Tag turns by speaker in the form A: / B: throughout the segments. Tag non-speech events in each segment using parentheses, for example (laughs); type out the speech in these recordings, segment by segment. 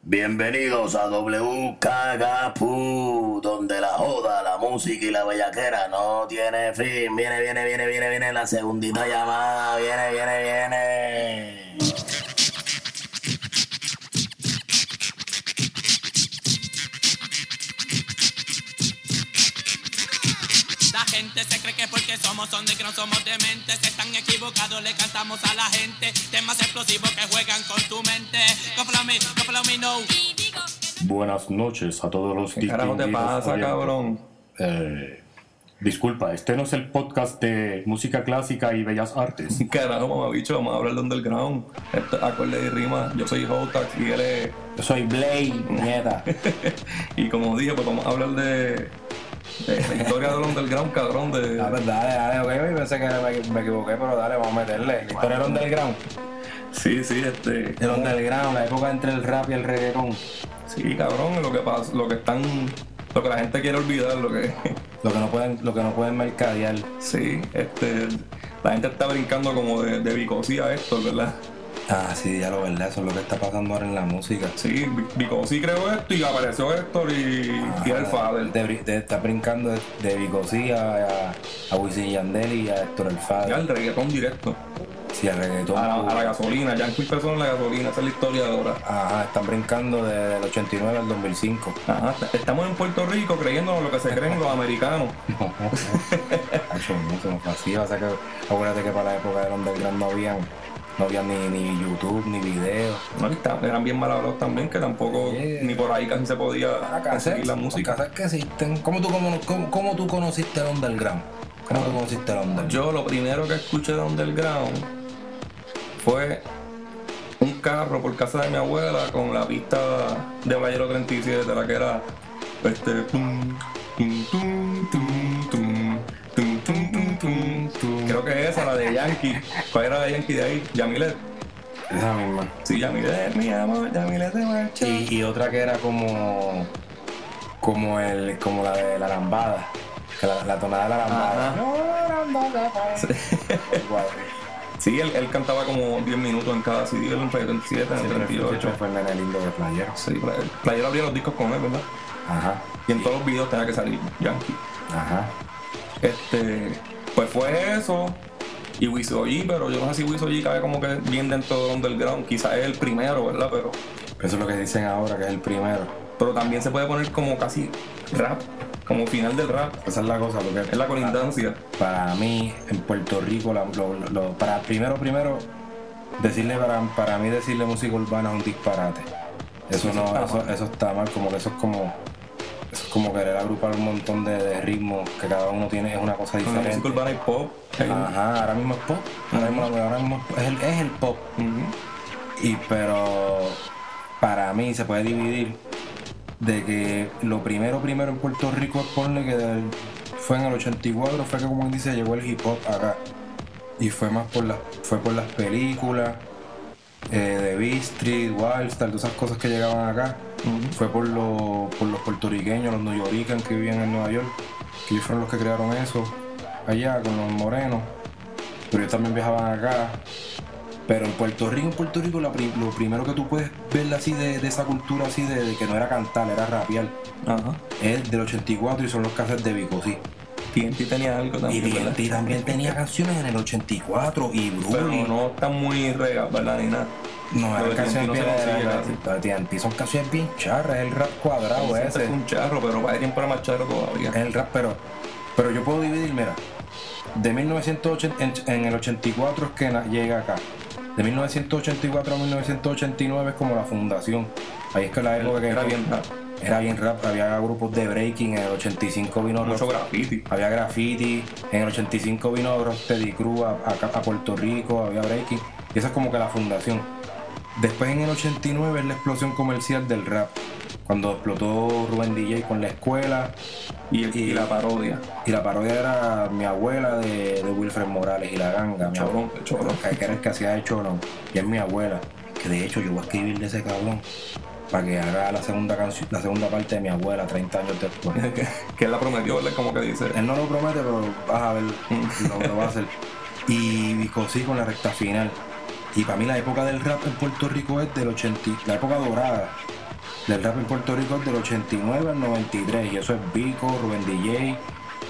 A: Bienvenidos a WKGAPU, donde la joda, la música y la bellaquera no tiene fin. Viene, viene, viene, viene, viene la segundita llamada. Viene, viene, viene.
B: La gente se cree que porque somos underground somos dementes Están equivocados, le cantamos a la gente Temas explosivos que juegan con tu mente Go follow me, go follow me, no
A: Buenas noches a todos los
C: ¿Qué carajo te
A: distinguidos
C: pasa,
A: oyentes.
C: cabrón? (laughs)
A: Eh, disculpa, este no es el podcast de música clásica y bellas
C: (laughs)
A: artes.
C: Carajo, mamabicho, vamos a hablar de underground. Esto es acorde y rima. Yo soy Hotax y él es-
A: Yo soy Blade, nieta.
C: Y como dije, pues vamos a hablar de, de la historia del underground, cabrón.
D: Ah,
C: De,
D: pues dale, dale, ok, pensé que me, me equivoqué, pero dale, vamos a meterle. La historia del underground,
C: sí, sí, este.
D: del underground, la época entre el rap y el reggaetón.
C: Sí, cabrón, lo que pasa, lo que están. Lo que la gente quiere olvidar, lo que. (laughs)
D: Lo que no pueden, lo que no pueden mercadear.
C: Sí, este. La gente está brincando como de, de bicosí a esto, ¿verdad?
D: Ah, sí, ya lo verdad, eso es lo que está pasando ahora en la música.
C: Sí, Bi- Bicosí creó esto y apareció Héctor y, y
D: Ah,
C: el Fader.
D: Te, bri- te está brincando de, de Bicosí a, a, a Wisin Yandel y a Héctor El
C: Ya
D: Fader.
C: el reggaetón directo.
D: Sí, al reggaetón.
C: A la, a la gasolina, Yankee empezó en la gasolina, esa es la historia de ahora.
D: Ajá, están brincando de- del 89 al (laughs) 2005.
C: Ajá, est- estamos en Puerto Rico creyéndonos lo que se creen los americanos.
D: Hacho, no, se nos vacía, o sea que acuérdate que para la época del underground no habían, no habían ni, ni YouTube, ni videos.
C: No, y ta- eran bien mal hablados también, que tampoco
D: Yeah.
C: ni por ahí casi se podía conseguir la música.
D: que existen. ¿Cómo tú, cono- cómo- cómo tú conociste el underground? ¿Cómo tú conociste el underground?
C: Yo lo primero que escuché de Underground fue un carro por casa de mi abuela con la pista de Playero 37, la que era este tum, tum, tum, tum, tum, tum, tum, tum, tum, tum. Creo que esa, la de Yankee. ¿Cuál era la de Yankee de ahí? Yamilet.
D: Esa misma.
C: Sí, Yamilet, mi amor, Yamilet se marchó.
D: Y, y otra que era como como el como la de la lambada. que La, la tonada de la lambada.
C: Ajá.
D: No, lambada, pa. Igual.
C: Sí, él, él cantaba como 10 minutos en cada CD, en el 37, en el
D: Siempre fui
C: 38.
D: Chicho Fernández lindo de playero.
C: Sí, Play- Playero abría los discos con él, ¿verdad?
D: Ajá,
C: Y en todos los videos tenía que salir Yankee.
D: ajá.
C: Este, pues fue eso. Y Wiso G, pero yo no sé si Wiso G cae como que bien dentro del underground. Quizás es el primero, ¿verdad? Pero,
D: Eso es lo que dicen ahora, que es el primero.
C: pero también se puede poner como casi rap, como final del rap.
D: Esa es la cosa, porque
C: Es la colindancia.
D: para mí en Puerto Rico la- lo- lo- para primero primero decirle para, para mí decirle música urbana es un disparate eso no
C: está
D: eso,
C: mal.
D: eso está mal como que eso es como eso es como querer agrupar un montón de, de ritmos que cada uno tiene es una cosa
C: Con la música
D: diferente
C: urbana y pop. hay-
D: ajá ahora mismo es pop ahora mismo, ahora mismo es, el, es el pop
C: Ujú.
D: y pero para mí se puede dividir de que lo primero primero en Puerto Rico es ponle que del- fue en el 84 fue que como él dice llegó el hip hop acá y fue más por las fue por las películas eh, de Beat Street, Wildstar, todas esas cosas que llegaban acá fue por los por los puertorriqueños, los neoyorquinos que vivían en Nueva York que ellos fueron los que crearon eso allá con los morenos pero ellos también viajaban acá pero en Puerto Rico, en Puerto Rico, la pri- lo primero que tú puedes ver así de, de esa cultura así de, de que no era cantar, era rapear,
C: Ajá.
D: es del 84 y son los cassettes de Bicosí.
C: TNT tenía algo
D: Y
C: también, ¿verdad?
D: TNT también tenía canciones en el 84 y
C: Pero
D: Bruno.
C: no están muy regas, ¿verdad? Ni nada.
D: No,
C: Lo
D: eran
C: de
D: canciones
C: TNT
D: bien
C: no se consigue
D: eran-
C: casi.
D: las de TNT son canciones bien charras, el rap cuadrado
C: Siempre
D: Ah, pues ese.
C: fue un charro, pero para tiempo era más charro todavía.
D: el rap, pero, pero yo puedo dividir, mira, de 1980, en, en el 84 es que na- llega acá. De 1984 a 1989 es como la fundación. Ahí es que la época que
C: Era bien rap.
D: era bien rap, había grupos de breaking, en el 85 vino
C: Mucho
D: Rock-
C: graffiti.
D: había graffiti, en el 85 vino Rocksteady Crew a, a- a Puerto Rico, había breaking, y esa es como que la fundación. Después en el 89 es la explosión comercial del rap, cuando explotó Rubén DJ con la escuela,
C: Y, y la parodia.
D: y la parodia era mi abuela de, de Wilfred Morales y la ganga, mi
C: Cholón, el cholón.
D: abuela, que era el que hacía el cholón, y es mi abuela, que de hecho yo voy a escribirle ese cabrón para que haga la segunda canción, la segunda parte de mi abuela 30 años después.
C: que, que él la prometió, ¿verdad? Como que dice.
D: Él no lo promete, pero vas a ver lo que va a hacer. Y Bicosí con la recta final. Y para mí la época del rap en Puerto Rico es del 80, la época dorada del rap en Puerto Rico es del 89 al 93. Y eso es Vico, Rubén DJ,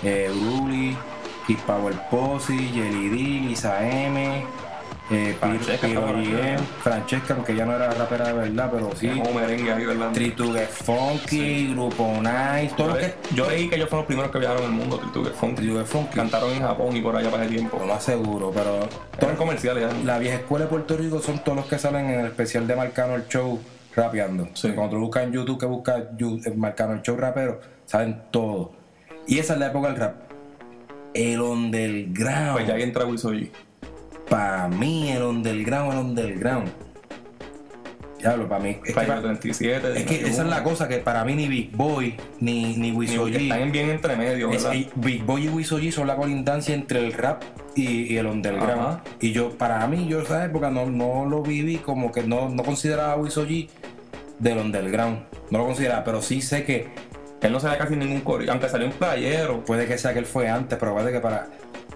D: eh, Bruli, Kid Power Posse, Jelly D, Lisa M, eh,
C: Francesca
D: Piro-
C: estaba
D: Piro
C: aquí,
D: GM, Francesca, aunque ya no era rapera de verdad, pero sí.
C: Como merengue ahí, ¿verdad?
D: Tritugue Funky, Grupo Nice, todo
C: Yo, le-
D: lo que.
C: yo leí que ellos fueron los primeros que viajaron al mundo, Tritugue Funky.
D: Tritugue Funky,
C: Cantaron en Japón y por allá para ese tiempo.
D: no lo aseguro, pero.
C: Todos comerciales ¿eh? ya.
D: La vieja escuela de Puerto Rico son todos los que salen en el especial de Marcano el Show rapeando.
C: Sí.
D: Cuando tú buscas en YouTube que buscas Yu- eh, Marcano el Show rapero, salen todos. Y esa es la época del rap. El
C: Pues ya
D: underground.
C: ahí entra Wilson G.
D: para mí, el underground, el underground. Diablo, para mí. Es que,
C: Para el
D: pa-
C: 37.
D: es que esa es la cosa que para mí ni Big Boy ni, ni Wiso G.
C: Están bien entre medio,
D: Es-
C: ¿verdad?
D: y Big Boy y Wiso G son la colindancia entre el rap y, y el underground.
C: Ajá.
D: Y yo, para mí, yo esa época no, no lo viví como que no, no consideraba a Wiso G del underground. No lo consideraba, pero sí sé que
C: Él no sale casi en ningún coro. Aunque salió un playero.
D: puede que sea que él fue antes, pero parece que para,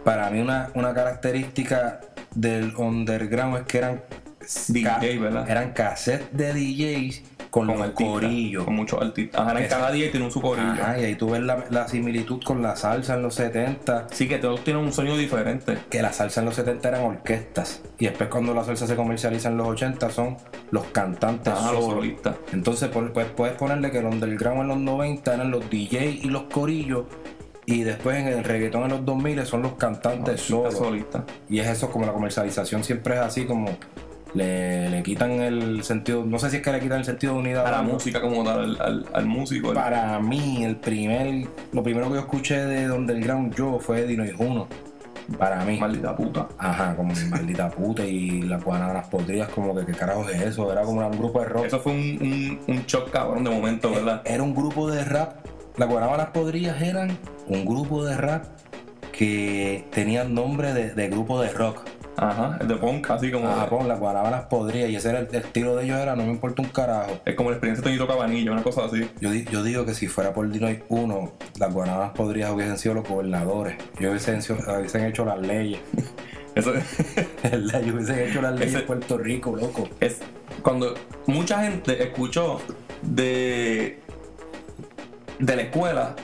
D: para mí una, una característica del underground es que eran
C: DJ, ¿verdad?
D: eran cassettes de DJs con, los
C: artistas,
D: corillos.
C: Con muchos artistas. Ajá, en cada día tiene un su corillo.
D: Ajá, y ahí tú ves la, la similitud con la salsa en los 70.
C: Sí que todos tienen un sonido diferente.
D: que la salsa en los 70 eran orquestas y después cuando la salsa se comercializa en los 80 son los cantantes
C: Ajá, Ah, los
D: solos.
C: solistas.
D: Entonces por- pues, puedes ponerle que el underground en los 90 eran los DJs y los corillos y después en el reggaetón en los 2000 son los cantantes solos.
C: Solistas, solistas.
D: Y es eso como la comercialización siempre es así como le, le quitan el sentido, no sé si es que le quitan el sentido de unidad
C: A la
D: o no.
C: música como tal, al, al, al músico. al-
D: Para mí, el primer, lo primero que yo escuché de Underground yo fue Dino y Juno. Para mí.
C: Maldita puta.
D: Ajá, como maldita puta y las guananas podridas, como que qué carajo es eso, era como un grupo de rock.
C: Eso fue un, un, un shock cabrón de momento, ¿verdad?
D: Era un grupo de rap, las guanabanas podridas eran un grupo de rap que tenían nombre de, de grupo de rock.
C: Ajá, el de punk, así como.
D: A Japón, las guanabanas podridas, y ese era el, el estilo de ellos, era no me importa un carajo.
C: Es como la experiencia de Toñito Cabanilla, una cosa así.
D: Yo, di- yo digo que si fuera por Dino 1, las guanabanas podridas hubiesen sido los gobernadores. Yo hubiesen, sido- hubiesen hecho las leyes. (laughs)
C: Eso-
D: ¿Verdad? Yo hubiesen hecho las leyes
C: Ese-
D: en Puerto Rico, loco.
C: es cuando mucha gente escuchó de de la escuela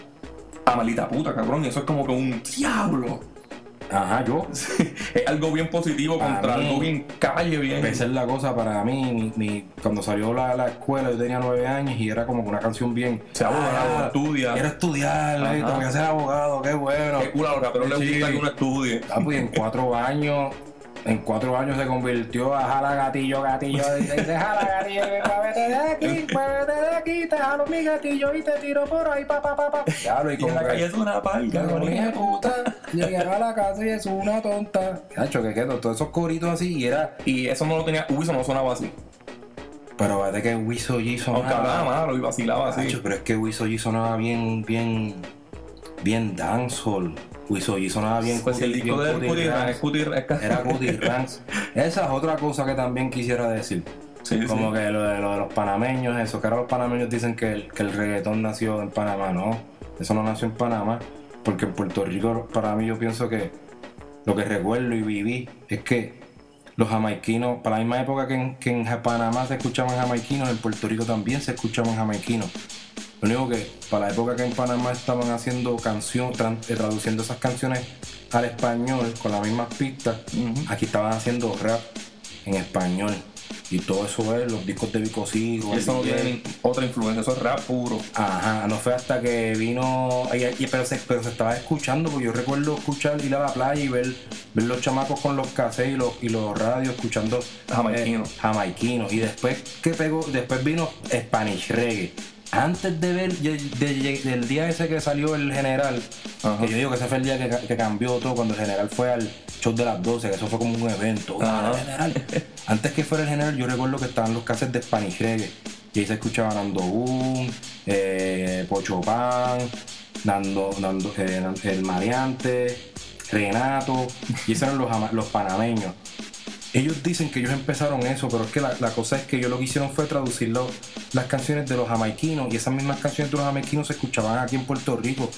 C: a maldita puta, cabrón, y eso es como que un diablo.
D: Ajá, yo.
C: es algo bien positivo
D: Para
C: contra
D: mí.
C: algo bien calle, bien.
D: Esa es la cosa para mí. mi- mi- cuando salió la, la escuela, yo tenía nueve años y era como que una canción bien. "Ah,
C: Sea abogado, estudia.
D: Quiero estudiar,
C: Ajá.
D: eh, te voy a ser abogado, qué bueno.
C: Qué culo a los raperos les
D: Sí.
C: gusta que uno estudie.
D: Ah, pues, y en cuatro años. En cuatro años se convirtió a jala gatillo, gatillo. y Dice, jala gatillo, ven, muévete de aquí, muévete de aquí, te jalo mi gatillo y te tiro por ahí, pa, pa, pa, pa. Claro, y
C: Y en
D: como
C: la
D: que-
C: calle es una palca,
D: Cabrón,
C: cabrón.
D: hija de puta. Llegaron a la casa y es una tonta. Cacho, que quedó todos esos coritos así y era.
C: Y eso no lo tenía, Wilson no sonaba así.
D: Pero parece que Wiso G
C: Aunque hablaba malo y vacilaba
D: Tacho,
C: así.
D: pero es que Wiso G sonaba bien, bien, bien dancehall. Wiso G sonaba bien
C: Pues el
D: cuti-
C: disco
D: bien
C: de
D: cuti
C: Cutir
D: ranch.
C: es Cutir es ca- (laughs)
D: Era Cutie Ranks. Esa es otra cosa que también quisiera decir.
C: Sí, sí.
D: Como que lo de, lo de los panameños, eso, que ahora los panameños dicen que el, que el reggaetón nació en Panamá, no, eso no nació en Panamá, porque en Puerto Rico para mí yo pienso que lo que recuerdo y viví es que los jamaiquinos, para la misma época que en, que en Ja- Panamá se escuchaban jamaiquinos, en Puerto Rico también se escuchaban jamaiquinos. Lo único que para la época que en Panamá estaban haciendo canción, tran- eh, traduciendo esas canciones al español con las mismas pistas,
C: Ujú.
D: aquí estaban haciendo rap en español. Y todo eso es los discos de Vico Sigo.
C: Eso no
D: el DJ.
C: tiene otra influencia, eso es rap puro.
D: Ajá, no fue hasta que vino. ay, ay, pero, se, pero se estaba escuchando, porque yo recuerdo escuchar ir a la playa y ver, ver los chamacos con los cassettes y los, y los radios escuchando
C: Jamaiquino.
D: eh, jamaiquino. Y después que pegó, después vino Spanish Reggae. Antes de ver, de- de- del día ese que salió el general,
C: Ajá.
D: que yo digo que ese fue el día que, ca- que cambió todo, cuando el general fue al show de las 12, que eso fue como un evento.
C: Ajá.
D: Ah, general. (laughs) Antes que fuera el general, yo recuerdo que estaban los cassettes de Spanish Reggae. Y ahí se escuchaba Nando Boom, eh, Pocho Pan, Nando, Nando- eh, Nan- el Mariante, Renato. Y esos eran los, ama- los panameños. Ellos dicen que ellos empezaron eso, pero es que la, la cosa es que ellos lo que hicieron fue traducir lo- las canciones de los jamaiquinos y esas mismas canciones de los jamaiquinos se escuchaban aquí en Puerto Rico.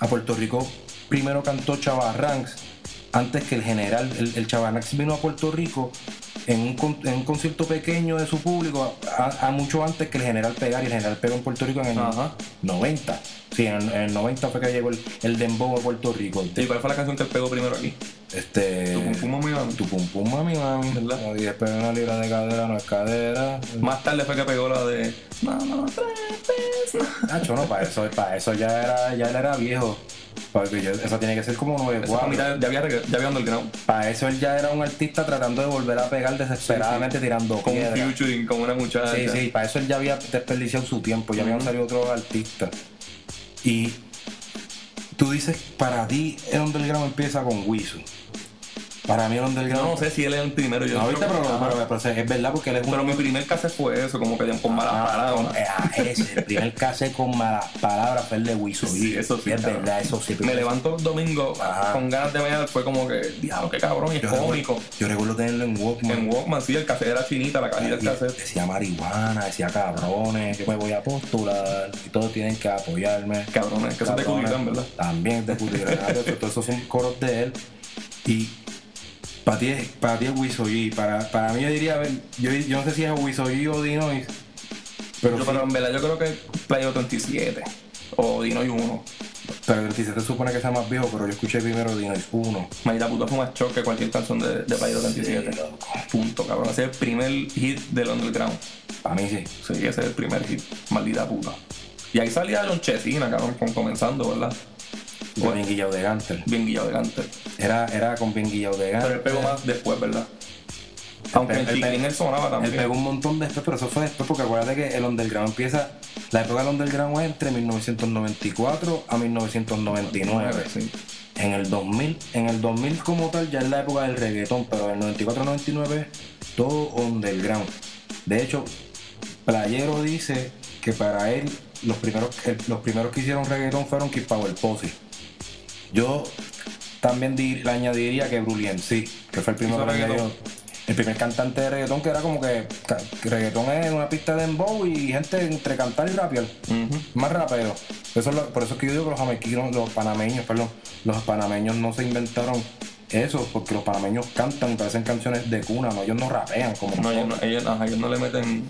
D: A Puerto Rico primero cantó Chava Ranks antes que el general. El, el Chava Ranks vino a Puerto Rico en un, con- en un concierto pequeño de su público a, a mucho antes que el general pegara y el general pegó en Puerto Rico en el
C: Ajá.
D: 90. Sí, en, en el 90 fue que llegó el, el dembow a Puerto Rico.
C: ¿Y cuál fue la canción que él pegó primero aquí?
D: Este,
C: Tu Pum Pum Mami Mami.
D: Tu pum pum mami mami.
C: ¿Verdad?
D: Y después una libra de cadera no es cadera.
C: Más tarde fue que pegó la de. Mamá,
D: Nacho, no, para eso, para eso ya era, ya él era viejo. Porque yo- eso tiene que ser como
C: Esa para
D: 94.
C: mí ya, ya había, regga- ya había underground.
D: Para eso él ya era un artista tratando de volver a pegar desesperadamente tirando
C: Con un
D: piedras.
C: featuring, con una muchacha.
D: Sí, sí, para eso él ya había desperdiciado su tiempo, ya habían salido otros artistas. Y tú dices, para ti el underground empieza con Wisu. Para mí el
C: No,
D: underground...
C: no sé si él es el primero. Yo
D: No, ahorita,
C: creo-
D: pero,
C: Ajá.
D: pero- pero es verdad porque él es un...
C: Pero mi primer cassette fue eso, como que ya con malas paradas. ¿no?
D: Ah, ese, el primer cassette con malas palabras fue el de Wisu.
C: Sí, eso sí,
D: Es
C: cabrón.
D: verdad, eso sí.
C: Me levanto el domingo
D: Ajá.
C: con ganas de bailar, fue como que, diablo, qué cabrón, y es
D: Yo recuerdo-
C: cómico.
D: Yo recuerdo tenerlo en Walkman.
C: En Walkman, sí, el cassette era chinita, la cajita del
D: Y
C: cassette.
D: Decía marihuana, decía cabrones, que me voy a postular y todos tienen que apoyarme.
C: Cabrones, que eso es de
D: Cabrones,
C: Culiacán, ¿verdad?
D: También es de
C: (laughs)
D: Culiacán, pero todos esos son coros de él. Y para ti es, para ti es Wiso G. Para, para mí yo diría, a ver, yo, yo no sé si es Wiso G o Dinois, pero,
C: Yo,
D: sí,
C: pero en verdad, yo creo que Playo 37 o Dino y 1.
D: pero el 37 supone que sea más viejo, pero yo escuché primero Dinois 1.
C: Mayra Puto fue más shock que cualquier canción de, de Playo 37.
D: loco.
C: Punto, cabrón. Ese es el primer hit del Underground.
D: Para mí sí.
C: Sí, ese es el primer hit. Maldita puta. Y ahí salía John Chesina, cabrón, con, comenzando, ¿verdad?
D: Con Bien Guillao de Gantel.
C: Bien guillado de Gantel.
D: Era, era con Bien Guillao de Gantel.
C: Pero él pegó más después, ¿verdad? Aunque
D: pe-
C: el
D: Ah, el pe-
C: Chiquilín él sonaba
D: Él
C: también.
D: pegó un montón después, pero eso fue después, porque acuérdate que el underground empieza. La época del underground es entre 1994 a 1999.
C: Sí.
D: En el 2000, en el 2000 como tal ya es la época del reggaetón, pero del 94 al 99 todo underground. De hecho, Playero dice que para él los primeros, el- los primeros que hicieron reggaetón fueron Kid Power Posse. Yo también di- le añadiría que Brulien MC, que fue el primero
C: ¿Hizo
D: que
C: reggaetón?
D: añadió- el primer cantante de reggaetón que era como que, ca- que reggaetón es una pista de dembow y gente entre cantar y rapear.
C: Ujú.
D: Más rapero. Eso es lo- por eso es que yo digo que los jamaiquinos, los panameños, perdón, los panameños no se inventaron eso, porque los panameños cantan y parecen canciones de cuna, no, ellos no rapean como
C: No,
D: nosotros.
C: ellos no, ellos, ajá, ellos no le meten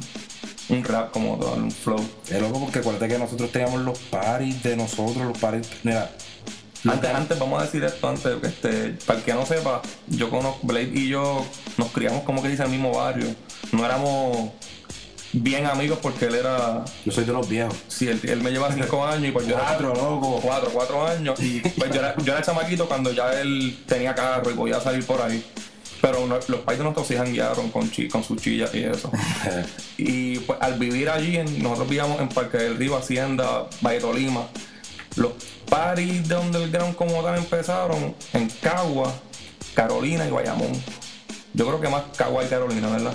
C: un rap como todo, un flow.
D: Es loco porque acuérdate que nosotros teníamos los paris de nosotros, los paris. Mira,
C: Antes, antes, vamos a decir esto antes, este, para el que no sepa, yo conozco, Blade y yo nos criamos como que dice el mismo barrio. No éramos bien amigos porque él era,
D: yo soy de los viejos.
C: sí, él, él me lleva cinco años y pues yo era
D: Cuatro, loco.
C: cuatro, cuatro años y pues yo era, yo era chamaquito cuando ya él tenía carro y podía salir por ahí. Pero no- los pais de nosotros sí janguearon con, chi- con sus chillas y eso. Y pues al vivir allí, en- nosotros vivíamos en Parque del Río, Hacienda, Valle Tolima. Los paris de underground como tal empezaron en Cagua, Carolina y Bayamón. Yo creo que más Cagua y Carolina, ¿verdad?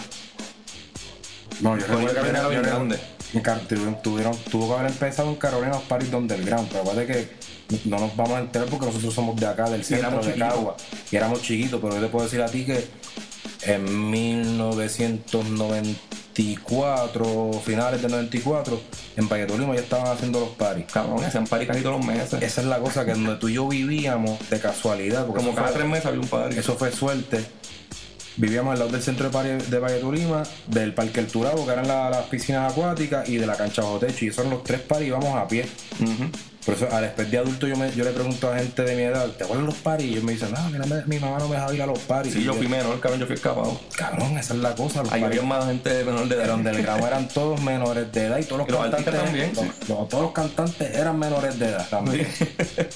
D: No, yo
C: Bueno, Carolina era bien grande.
D: en Car- tuvieron, tuvieron- tuvo que haber empezado en Carolina los paris de underground, pero acuérdate que no nos vamos a enterar porque nosotros somos de acá, del centro
C: éramos
D: de
C: chiquitos.
D: Cagua, y éramos chiquitos, pero yo te puedo decir a ti que en 1994, finales de 94, en Valle Tolima ya estaban haciendo los paris.
C: Cabrón, hacían paris casi todos los meses.
D: Esa es la cosa que donde tú y yo vivíamos de casualidad, porque
C: como
D: eso fue-
C: cada tres meses había un pari.
D: eso fue suerte. Vivíamos al lado del centro de, Pare- de Valle Tolima, del Parque El Turabo, que eran la- las piscinas acuáticas, y de la cancha bajo techo. Y esos eran los tres paris, íbamos a pie.
C: Ujú.
D: Por eso, al después de adulto, yo, me- yo le pregunto a gente de mi edad, ¿te acuerdas los paris? Y ellos me dicen, no, que no me- mi mamá no me deja ir a los paris.
C: Sí,
D: Y
C: yo fui menor, cabrón, yo fui escapado.
D: Cabrón, esa es la cosa. Los
C: Ahí
D: paris
C: había más gente menor de edad.
D: donde el gramo eran todos menores de edad y todos los,
C: Y los
D: cantantes
C: artistas también,
D: los- los- todos los cantantes eran menores de edad también.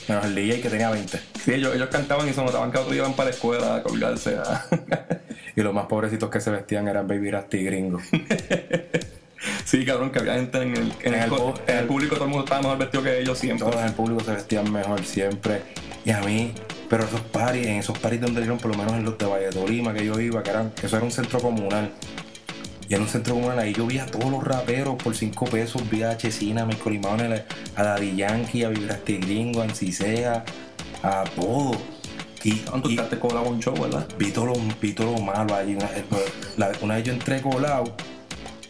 D: Menos el DJ que tenía 20.
C: Sí, ellos, ellos cantaban y se notaban que otros iban para la escuela a colgarse. a- (laughs)
D: Y los más pobrecitos que se vestían eran baby rasta y gringos.
C: sí, cabrón, que había gente en el, en
D: En
C: el
D: el
C: co-
D: po-
C: en el público, todo el mundo estaba mejor vestido que ellos siempre.
D: Todos en el público se vestían mejor siempre. Y a mí, pero esos paris, en esos paris donde dieron, por lo menos en los de Valle de Tolima que yo iba, que eran, eso era un centro comunal. Y en un centro comunal ahí yo vi a todos los raperos por 5 pesos, vi a Chesina, a Michael Limaones, a Daddy Yankee, a Vibrasti Gringo, a Encicea, a todo. Y,
C: Antes
D: y-
C: usted te cobraba un show, ¿verdad?
D: vi todo lo, vi todo lo malo eh, allí. Una, la- una vez yo entré colado,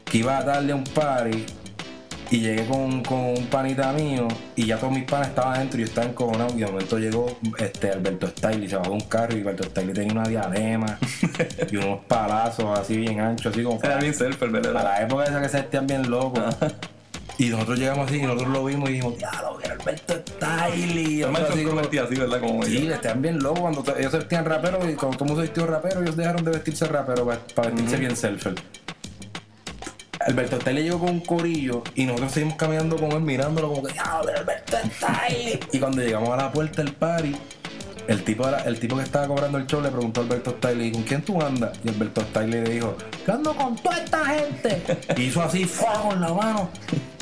D: que iba a darle a un party Y llegué con, con un panita mío y ya todos mis panas estaban adentro y yo estaba encojonado. Y de momento llegó este Alberto Style y se bajó de un carro y Alberto Style tenía una diadema y unos palazos así bien anchos, así como
C: Era
D: para,
C: bien surfer,
D: para
C: ¿verdad?
D: la época esa que se estían bien locos. Y nosotros llegamos así y nosotros lo vimos y dijimos, diablo, que era Alberto Style. Y
C: Yo me
D: nosotros así como-
C: convertí así, ¿verdad? Como
D: Sí,
C: yo.
D: están bien locos cuando to- ellos se vestían raperos y cuando todo el mundo se vistió rapero, ellos dejaron de vestirse rapero para vestirse bien surfer. Alberto Style llegó con un corillo y nosotros seguimos caminando con él, mirándolo como que, ¡Diablo, Alberto Style! Y cuando llegamos a la puerta del party, el tipo, era- el tipo que estaba cobrando el show le preguntó a Alberto Style, ¿con quién tú andas? Y Alberto Style le dijo, yo ando con toda esta gente. Y hizo así, ¡fua! con la mano.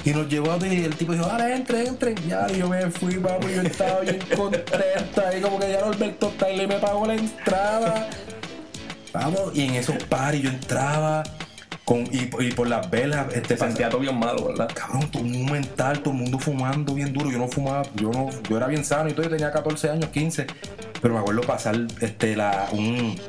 D: Y nos llevó y el tipo dijo, dale, entre, entre. Ya, y yo me fui, papi, yo estaba bien contento. Ahí como que ya Alberto Style me pagó la entrada. Vamos, y en esos paris yo entraba con, y, y por las velas, este
C: Te sentía todo bien malo, ¿verdad?
D: cabrón, todo el mundo mental, todo el mundo fumando bien duro. Yo no fumaba, yo no, yo era bien sano y todo, yo tenía 14 años, 15. Pero me acuerdo pasar este, la, un-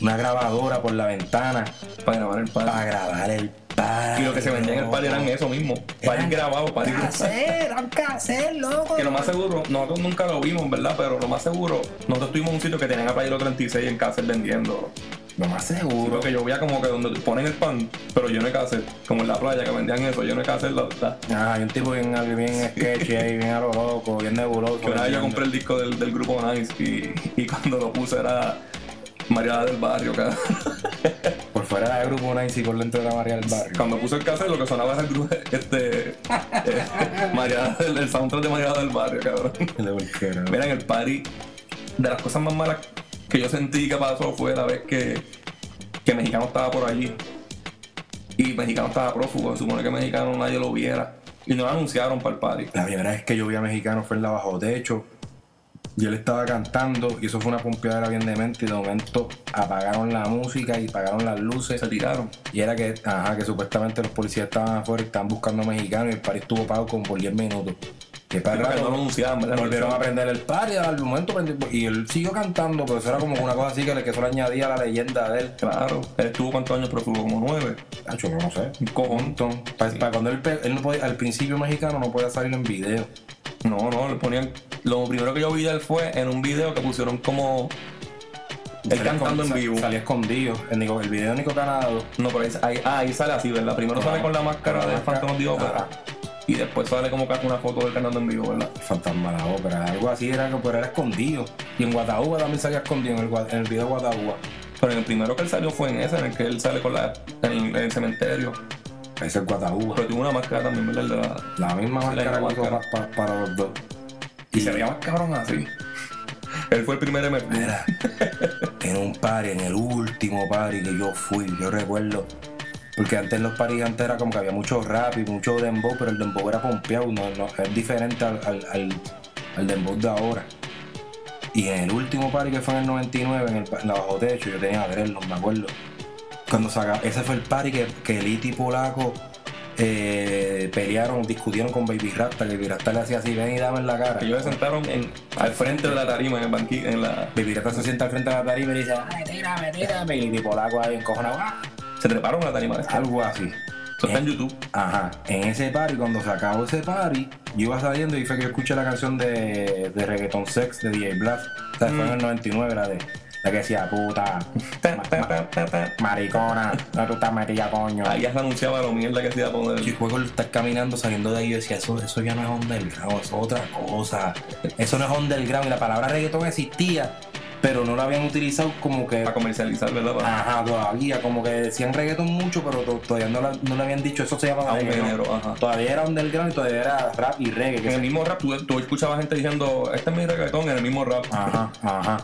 D: una grabadora por la ventana
C: Para grabar el
D: para
C: party.
D: grabar el par.
C: Y lo que se vendía en el party eran eso mismo. Para ir grabado, para ir
D: hacer, hay que hacer, loco.
C: Que lo más seguro, nosotros nunca lo vimos, ¿verdad? Pero lo más seguro, nosotros tuvimos un sitio que tenían a Playero 36 en Cáceres vendiendo.
D: Lo más seguro.
C: Lo que yo veía como que donde ponen el pan, pero yo no hay que hacer. Como en la playa que vendían eso, yo no hay que hacer la verdad.
D: Ah, hay un tipo bien, bien sketchy ahí, bien a lo loco, bien nebuloso.
C: Que una vez yo compré el disco del, del grupo Nice y, y cuando lo puse era Mariada del Barrio, cabrón.
D: Por fuera era de grupo Nice y por dentro era María del Barrio.
C: (laughs) Cuando puse el cassette lo que sonaba era el grupo, este, eh, (laughs) Mariada del- el soundtrack de Mariada del Barrio, cabrón.
D: De porquero.
C: Mira, en el party, de las cosas más malas que yo sentí que pasó fue la vez que, que Mexicano estaba por allí. Y Mexicano estaba prófugo, se supone que Mexicano nadie lo viera. Y no lo anunciaron para el party.
D: La primera vez que yo vi a Mexicano fue en la Bajo Techo. Y él estaba cantando y eso fue una pompeadera bien demente y de momento apagaron la música y apagaron las luces.
C: Se tiraron.
D: Y era que, ajá, que supuestamente los policías estaban afuera y estaban buscando a mexicanos y el party estuvo pago como por 10 minutos. Que para el
C: Pero no
D: rato
C: lo anunciaron, ¿verdad?
D: volvieron a prender el party al momento prendió- y él siguió cantando, pero eso era como una cosa así que, le- que solo añadía la leyenda de él.
C: Claro. Él estuvo cuántos años prófugo, como nueve.
D: Hacho, yo no sé.
C: Un cojón.
D: Entonces, pa- para cuando él, pe- él no podía, al principio mexicano no podía salir en video.
C: No, no, le ponían. Lo primero que yo vi de él fue en un video que pusieron como. Él
D: Salía
C: cantando
D: escon-
C: en
D: sal-
C: vivo.
D: Salía escondido. El, Nico- el video de Nico Canado.
C: No, pero ahí, ahí- ah, ahí sale así, ¿verdad? Primero sale con la máscara
D: Con Ah. la
C: de
D: máscara. Ah,
C: Phantom of the Opera.
D: Ajá.
C: Y después sale como que una foto del cantando en vivo, ¿verdad?
D: Fantasma la ópera. Algo así era que pero era escondido. Y en Guatahuba también salía escondido en el, gua- en el video de Guatahuba.
C: Pero en el primero que él salió fue en ese, en el que él sale con la, en, el, en el cementerio.
D: Ese es Guatahuba.
C: Pero tuvo una máscara también, ¿verdad? El de la-
D: La misma
C: Pues, la
D: máscara que
C: misma
D: usó
C: máscara.
D: pa- pa- para los dos.
C: Y se veía más cabrón así. (laughs) Él fue el primer MF.
D: Mira, en un party, en el último party que yo fui, yo recuerdo. Porque antes en los paris antes era como que había mucho rap y mucho dembow, pero el dembow era pompeado, no, no, es diferente al, al, al- al dembow de ahora. Y en el último party que fue en el 99, en el, pa- en la bajo techo, yo tenía dreadlock, me acuerdo. Cuando saca, ese fue el party que, que Liti y Polaco eh, pelearon, discutieron con Baby Rasta, que Baby Rasta le hacía así, ven y dame en la cara.
C: Ellos se sentaron en, al frente de la tarima, en el banquillo, en la.
D: Baby Rasta se sienta al frente de la tarima y le dice, ay, tírame, tírame. Y Liti Polaco ahí encojonado, "Ah",
C: Se treparon a la tarima. Eso
D: algo así.
C: está en YouTube.
D: Ajá, en ese party, cuando se acabó ese party, yo iba saliendo y fue que yo escuché la canción de, de Reggaeton Sex de DJ Blast. O sea, fue en el 99, la, de, la que decía, puta,
C: Ta, ta, ta, ta, ta.
D: maricona, no tú estás metida, coño.
C: Ahí ya se anunciaba lo mierda que se iba a poner.
D: Y luego estar caminando, saliendo de ahí, yo decía, eso, eso ya no es underground, eso es otra cosa. Eso no es underground. Y la palabra reggaeton existía, pero no la habían utilizado como que
C: Para comercializar, ¿verdad? Para
D: Ajá, todavía, como que decían reggaeton mucho, pero to- todavía no, la- no le habían dicho, eso se llama
C: a un
D: reggaeton.
C: género. Ajá.
D: Todavía era underground y todavía era rap y reggae. que
C: En el
D: se-
C: mismo rap, tú, tú escuchabas gente diciendo, este es mi reggaetón, en el mismo rap.
D: Ajá, ajá.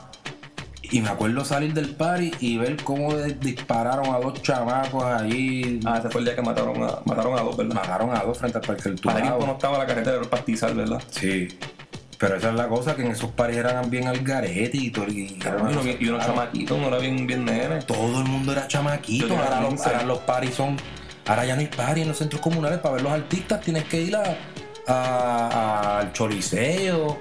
D: Y me acuerdo salir del party y ver cómo de- dispararon a dos chamacos allí.
C: Ah, ese fue el día que mataron a, mataron a dos, ¿verdad?
D: Mataron a dos frente al parque del
C: Para el
D: Turabo.
C: tiempo no estaba la carretera, era el pastizal, ¿verdad?
D: Sí. Pero esa es la cosa, que en esos parties eran bien al garete y todo. y era una
C: Y uno,
D: cosa-
C: y uno chamaquito, no era bien, bien nene.
D: todo el mundo era chamaquito.
C: Yo tenía
D: Ahora los,
C: 15.
D: ahora los parties son. Ahora ya no hay party en los centros comunales. Para ver los artistas tienes que ir a, a- al Choliseo.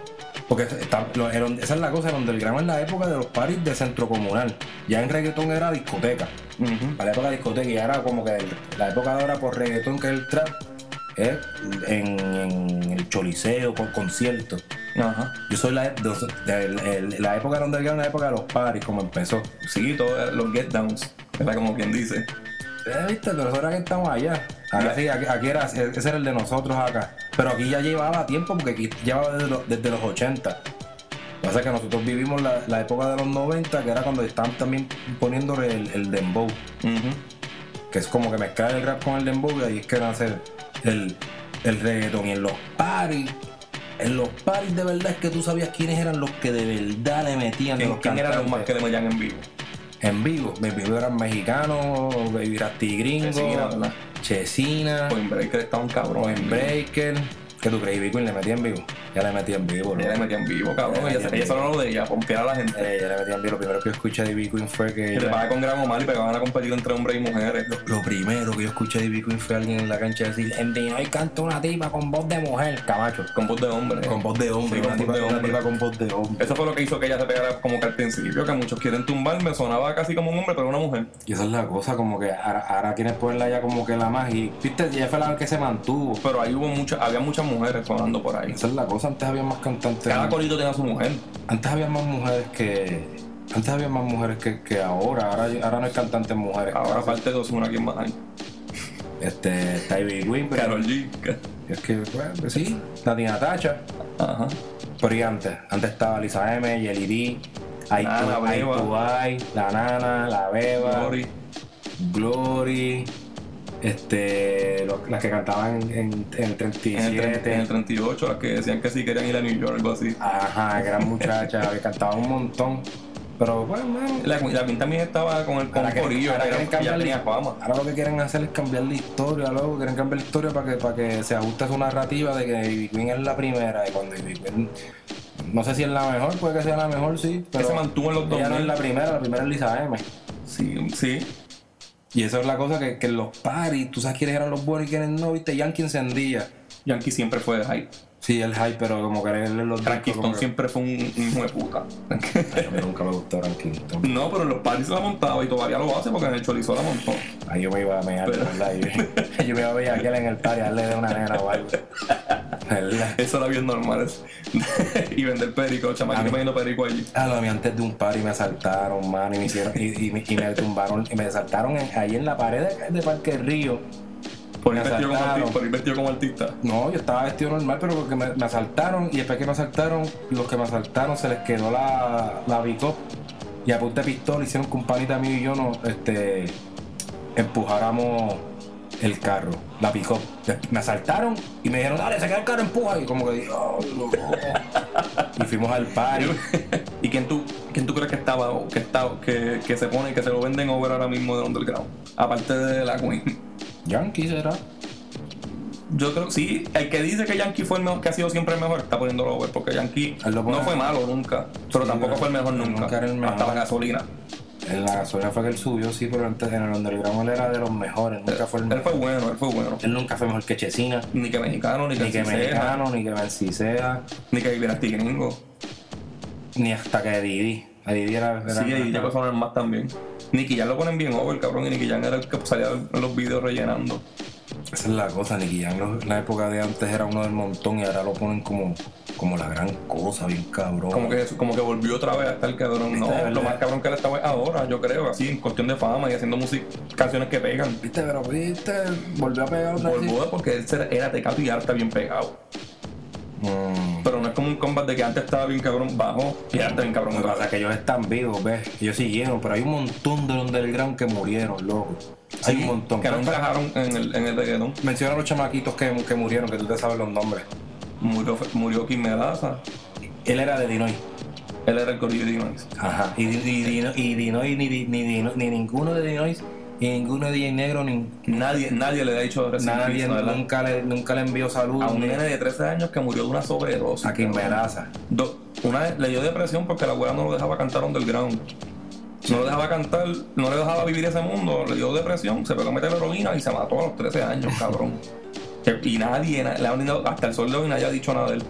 D: Porque está- lo- el- esa es la cosa, donde el grama es la época de los parties de centro comunal. Ya en reggaetón era discoteca.
C: Ujú.
D: Para la época de discoteca y ahora como que el- la época de ahora por reggaetón, que es el trap, es en, en el choliseo, por conciertos.
C: Ajá.
D: Yo soy la, de- de- de- la época de Underground, la época de los paris, como empezó.
C: Sí, todos los get downs, ¿verdad? Como quien dice.
D: Eh, ¿Viste? Pero eso era que estamos allá. Acá sí, aquí, aquí era, e, ese era el de nosotros acá. Pero aquí ya llevaba tiempo, porque aquí llevaba desde, los- desde los 80. Lo que pasa es que nosotros vivimos la, la época de los 90, que era cuando estaban también poniéndole el, el dembow, que es como que mezclar el rap con el dembow, y ahí es que nace el, el reggaetón. Y en los paris, en los paris de verdad es que tú sabías quiénes eran los que de verdad le metían
C: ¿Quién,
D: los
C: quién eran los
D: cantantes.
C: más que le metían en vivo?
D: En vivo, Baby Blue eran mexicanos, Baby Rasti
C: Chesina,
D: gringo,
C: ¿verdad?
D: Chesina,
C: Point Breaker estaba un cabrón.
D: Point Breaker. ¿Qué tú crees? Big Queen le metía en vivo. Ya le metía en vivo,
C: Ella le
D: loco.
C: metía en vivo, cabrón.
D: Ella le
C: Ella,
D: metía en
C: ella
D: vivo.
C: solo lo de ella, pompear a la gente.
D: Eh, ya le metía en vivo. Lo primero que yo escuché de Big Queen fue que.
C: Que te pagaba con gramo mal y pegaban a competir entre hombres y mujeres.
D: Lo primero que yo escuché de Big Queen fue alguien en la cancha decir: En hoy canta una tipa con voz de mujer, camacho.
C: Con voz de hombre.
D: Con voz de hombre,
C: Sí,
D: una,
C: con voz
D: tipa,
C: de
D: una
C: hombre.
D: tipa con voz de hombre.
C: Eso fue lo que hizo que ella se pegara como que al principio, que muchos quieren tumbarme, sonaba casi como un hombre, pero una mujer.
D: Y esa es la cosa, como que ahora, ahora quieres ponerla ya como que la magia. Viste, ella fue la que se mantuvo.
C: Pero ahí hubo muchas, había muchas mujeres sonando por ahí.
D: Esa es la cosa, antes había más cantantes.
C: Cada corito tenía su mujer.
D: Antes había más mujeres que. Antes había más mujeres que, que ahora. ahora. Ahora no hay cantantes mujeres.
C: Ahora
D: Casi.
C: aparte de Osuna, ¿quién más hay?
D: Este, está Ivy Queen, pero.
C: Carol G. que-
D: Es que, bueno, pues sí. Natina Tacha.
C: Ajá.
D: Pero y antes. Antes estaba Lisa M, Yelly D, I2I,
C: Nana, Beba.
D: La Nana, La Beba,
C: Glory.
D: Glory, Este. los- las que cantaban en, en- en
C: En
D: el
C: el,
D: 37.
C: tre- en el 38, las que decían que sí querían ir a New York, algo así.
D: Ajá, gran muchacha. (laughs) que cantaba un montón. Pero bueno, man,
C: La, la Queen también estaba con el con
D: Ahora
C: un
D: quieren-
C: corillo,
D: ahora
C: que era-
D: quieren
C: que ella
D: cambiarle-
C: tenía fama.
D: Ahora lo que quieren hacer es cambiar la historia, luego quieren cambiar la historia para que, para que se ajuste a su narrativa de que Ivy Queen es la primera y cuando Ivy Queen, no sé si es la mejor, puede que sea la mejor, sí, pero
C: Que se mantuvo en los
D: ella no es
C: 2000.
D: la primera, la primera es Lisa M.
C: Sí, sí.
D: Y esa es la cosa que, que en los paris, tú sabes quiénes eran los buenos y quiénes no, viste, Yankee encendía.
C: Yankee siempre fue de hype.
D: Sí, el hype, pero como que él en los discos, como
C: Frankenstein
D: que-
C: siempre fue un, un hijo de puta.
D: Ay, a mí nunca me gustó Frankenstein.
C: no, pero en los parties la montaba y todavía lo hace porque en el chorizo la montó.
D: Ahí yo me iba a mear,
C: Pero-
D: ¿verdad? Yo, yo me iba a ver a aquel en el party, darle de una nena o algo. ¿Verdad?
C: Eso era bien normal. eso. (laughs) y vender perico, los
D: A
C: chamaquitos
D: mí-
C: vendiendo perico allí.
D: Ah, A lo de antes de un par y me asaltaron, mano, y me hicieron, y, y me- y me tumbaron, y me asaltaron en- ahí en la pared de, de Parque Río.
C: Por
D: Me
C: ir, vestido como
D: asaltaron.
C: arti- por ir vestido como artista.
D: No, yo estaba vestido normal, pero porque me, me asaltaron, y después que me asaltaron, los que me asaltaron se les quedó la, la bicop y a punta de pistola hicieron que un panita mío y yo nos este, empujáramos el carro, la pick-up. Me asaltaron y me dijeron, dale, saca el carro, empuja. Y como que, "Diablo". y fuimos al party.
C: (laughs) ¿Y quién tú, quién tú crees que estaba o que, está, que, que se pone, que se lo venden over ahora mismo de Underground? Aparte de la Queen.
D: Yankee será.
C: Yo creo que sí, el que dice que Yankee fue el mejor, que ha sido siempre el mejor, está poniéndolo over, porque Yankee
D: Él lo pone-
C: no fue malo nunca, pero
D: Sí,
C: tampoco
D: pero
C: fue el mejor nunca.
D: nunca era el mejor.
C: Hasta la gasolina.
D: En la gasolina fue que él subió, sí, pero antes en el underground él era de los mejores. Nunca fue el
C: Él
D: mejor.
C: fue bueno, él fue bueno.
D: Él nunca fue mejor que Chesina,
C: Ni que mexicano, ni que,
D: ni que
C: Cicera,
D: Mexicano, ni que Mercisea,
C: ni que viviera gringo.
D: ni hasta que Didi. A Didi era. era-
C: Sí, y ya personas más también. Nicky ya lo ponen bien over, cabrón, y Nicky Jan era el que salía en los videos rellenando.
D: Esa es la cosa, Nicky Jam, lo- la época de antes era uno del montón y ahora lo ponen como, como la gran cosa, bien cabrón.
C: Como que, como que volvió otra vez a estar cabrón.
D: Está de
C: No,
D: Este, verdad.
C: lo más cabrón que él estaba es ahora, yo creo, así, en cuestión de fama y haciendo música, canciones que pegan.
D: Viste, pero viste, volvió a pegar otra vez.
C: Volvió porque él era- era tecato y harta bien pegado.
D: Mm.
C: Pero no es como un combat de que antes estaba bien cabrón bajo y ahora está bien cabrón
D: Lo que
C: otra
D: pasa
C: vez.
D: es que ellos están vivos, ¿ves? Ellos siguieron, pero hay un montón de underground que murieron, loco. Hay un montón.
C: Que no
D: Pero-
C: encajaron en el, en el reggaetón.
D: Menciona a los chamaquitos que, que murieron, que tú te sabes los nombres.
C: Murió, murió Kim Medaza.
D: Él era de Dinoy.
C: Él era el corillo de Dinois.
D: Ajá. Y, Di- y Dino- y Dinoy, ni, ni, ni Dino- ni ninguno de Dinoy, ni ninguno de DJ Negro, ni
C: Nadie, nadie le ha dicho rest in
D: nadie
C: peace, ¿no? ¿verdad?
D: nunca le, nunca le envió saludos
C: A un
D: ni-
C: nene de 13 años que murió de una sobredosis.
D: a quien
C: cabrón.
D: amenaza.
C: Do- una vez le dio depresión porque la abuela no lo dejaba cantar underground. No lo dejaba cantar, no le dejaba vivir ese mundo, le dio depresión, se pegó a meter heroína y se mató a los 13 años, cabrón. y nadie, na- le han brindado, hasta el sol de hoy nadie ha dicho nada de él.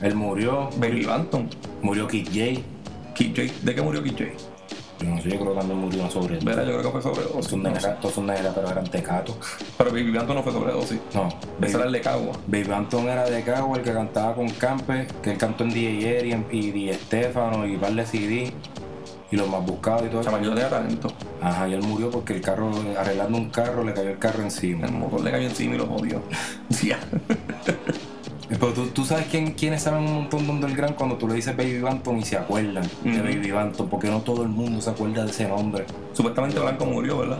D: Él murió,
C: Baby Banton.
D: murió Kid J.
C: Kid J- ¿De qué murió Kid J?
D: Yo no sé, yo creo que también murió una sobredosis.
C: Verá, yo creo que fue sobredosis.
D: Todos
C: No sé.
D: negras, todos son negras, pero eran tecatos.
C: Pero Baby Blanco no fue sobredosis.
D: No,
C: Ese era el
D: Baby,
C: de Cagua.
D: Baby Anton era de Cagua, el que cantaba con Campe, que él cantó en DJ Eri en- y DJ Estefano y par de CD y los más buscados y todo eso.
C: Chamayo tenía talento.
D: Ajá, y él murió porque el carro, arreglando un carro, le cayó el carro encima.
C: El motor le cayó encima y lo jodió.
D: (laughs)
C: Ya.
D: Eh, Pero tú, tú sabes quién, quiénes saben un montón de Underground cuando tú le dices Baby Banton y se acuerdan de
C: Ujú.
D: Baby Banton, porque no todo el mundo se acuerda de ese nombre.
C: Supuestamente Blanco murió, ¿verdad?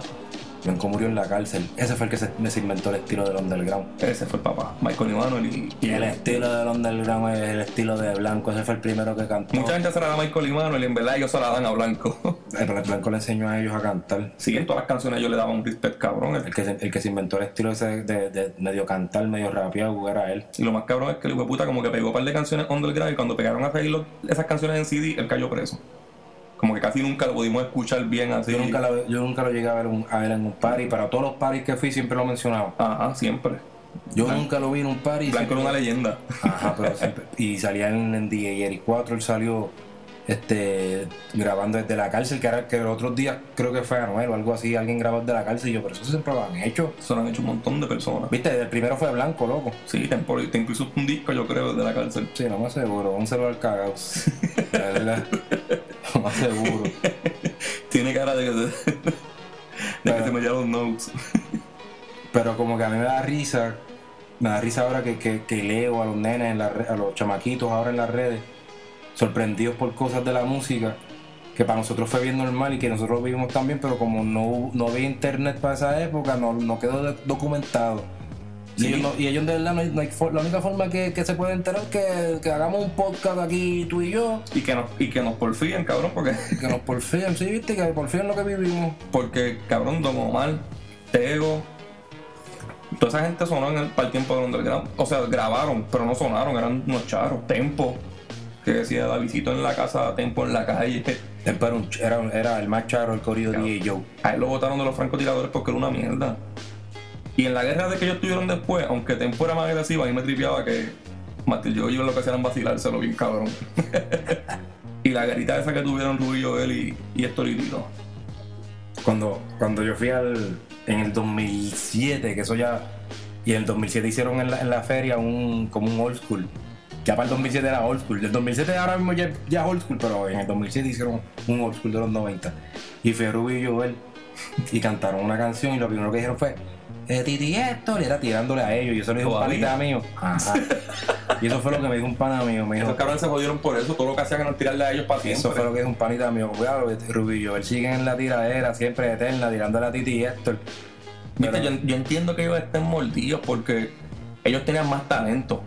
D: Blanco murió en la cárcel. Ese fue el que se, se inventó el estilo del Underground.
C: Ese fue el papá, Michael Emanuel y,
D: Y el estilo del Underground es el estilo de Blanco. Ese fue el primero que cantó. Eh,
C: Mucha gente se la da a Michael Emanuel y en verdad ellos se la dan a Blanco. (laughs)
D: Pero el Blanco le enseñó a ellos a cantar.
C: Sí, en todas las canciones yo le daba un respect cabrón.
D: El que, se- el que se inventó el estilo ese de, de medio cantar, medio rapeado, era él.
C: Y lo más cabrón es que el hijo de puta como que pegó un par de canciones underground y cuando pegaron a Taylor esas canciones en CD, él cayó preso. Como que casi nunca lo pudimos escuchar bien así.
D: Yo nunca, lo, yo nunca lo llegué a ver, un- a ver en un party. Para todos los parties que fui siempre lo mencionaba.
C: Ajá, siempre.
D: Yo nunca lo vi en un party.
C: Blanco
D: siempre-
C: era una leyenda.
D: Ajá,
C: (laughs)
D: pero siempre- y salía en, en DJ Eri 4, él salió este grabando desde la cárcel, que era que los otros días creo que fue Anuel o algo así, alguien grabó desde la cárcel y yo, pero eso siempre lo han hecho.
C: Eso lo han hecho un montón de personas.
D: Viste, el primero fue blanco, loco.
C: Sí, te, impor- te incluso un disco, yo creo, de la cárcel.
D: Sí, no más seguro, un celular (laughs) cagado. La verdad. Lo más seguro.
C: Tiene cara de que se, (laughs) de que
D: Pero-
C: se me llevan los notes.
D: Pero como que a mí me da risa, me da risa ahora que, que- que leo a los nenes, en la re- a los chamaquitos ahora en las redes, sorprendidos por cosas de la música, que para nosotros fue bien normal y que nosotros vivimos también, pero como no, no había internet para esa época, no, no quedó de- documentado.
C: Sí.
D: Y, ellos no- y ellos de verdad, no hay- no hay for- la única forma que, que se puede enterar es que, que hagamos un podcast aquí tú y yo,
C: Y que nos, y que nos porfían, cabrón, porque,
D: y que nos porfíen, ¿sí viste? Que porfíen lo que vivimos.
C: porque cabrón, Don Omar, Tego, toda esa gente sonó en el, para el tiempo del underground. O sea, grabaron, pero no sonaron, eran unos charos. Tempo, que decía Davidito en la casa, Tempo en la calle.
D: Él era, un ch- era, un- era el más charo, el corrido
C: Claro.
D: de Joe.
C: A él lo botaron de los francotiradores porque era una mierda. Y en la guerra de que ellos tuvieron después, aunque Tempo era más agresiva, a mí me tripeaba que Martín yo y yo lo que hacían era vacilárselo bien cabrón. (laughs) y la guerrita esa que tuvieron Rubio, él y, y Estoritito.
D: Cuando, cuando yo fui al. En el 2007, que eso ya. Y en el 2007 hicieron en la, en la feria un, como un old school. Ya para el 2007 era old school. Del 2007 ahora mismo ya, ya es old school, pero en el 2007 hicieron un old school de los 90. Y fue Rubio y Joel (laughs) y cantaron una canción y lo primero que dijeron fue. Eh, Titi esto le era tirándole a ellos. Y eso lo dijo un
C: Todavía.
D: panita mío. Ajá. (laughs) y eso fue lo que me dijo un pana mío. Me dijo,
C: Esos cabrones se jodieron por eso, todo lo que hacían era tirarle a ellos para siempre.
D: eso fue lo que es un panita mío. Cuidado, Rubillo. Él sigue en la tiradera, siempre eterna, tirando a la Titi y Héctor.
C: Viste,
D: Pero-
C: yo, yo entiendo que ellos estén mordidos porque ellos tenían más talento,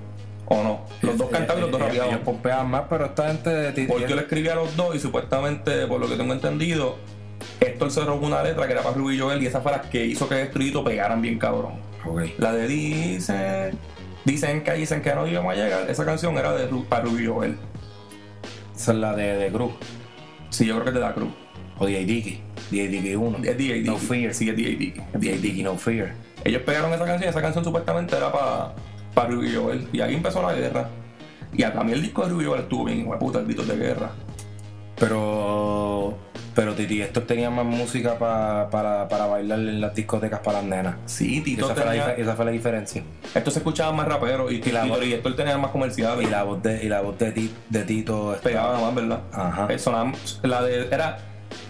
C: ¿o no? Los
D: Eh,
C: dos cantaban y los dos
D: Ellos-
C: rapeaban.
D: Ellos pompeaban más, pero esta gente de Titi
C: Porque yo le escribí a los dos y supuestamente, por lo que tengo entendido, Héctor se robó una letra que era para Ruby Joel y esa fue la que hizo que Destruido pegaran bien cabrón.
D: Ok.
C: La de dicen, dicen que dicen que no íbamos a llegar, esa canción era de Ru- para Ruby Joel.
D: Esa es la de, de Cruz.
C: Sí, yo creo que es de la Cruz.
D: O D.A. Dicky. D.A. Dicky 1.
C: Es D.A.
D: No
C: Dicky.
D: Fear.
C: Sí, es D.A. Dicky.
D: D.A. Dicky No Fear.
C: Ellos pegaron esa canción, esa canción supuestamente era para para Ruby Joel. Y ahí empezó la guerra. Y a mí el disco de Ruby Joel estuvo bien, hijo de puta, el grito de guerra.
D: Pero. Pero Titi Héctor tenía más música pa- para, para bailar en las discotecas para las nenas.
C: Sí, Tito
D: Esa fue, la,
C: tenía...
D: dife- esa fue la diferencia.
C: Esto se escuchaba más rapero y,
D: Y la
C: Tito
D: voz.
C: y Héctor tenía más comerciales.
D: Y la voz de, y la voz de, Ti- de Tito. este,
C: pegaba más, ¿verdad?
D: Ajá.
C: Eh, sonaba- la de era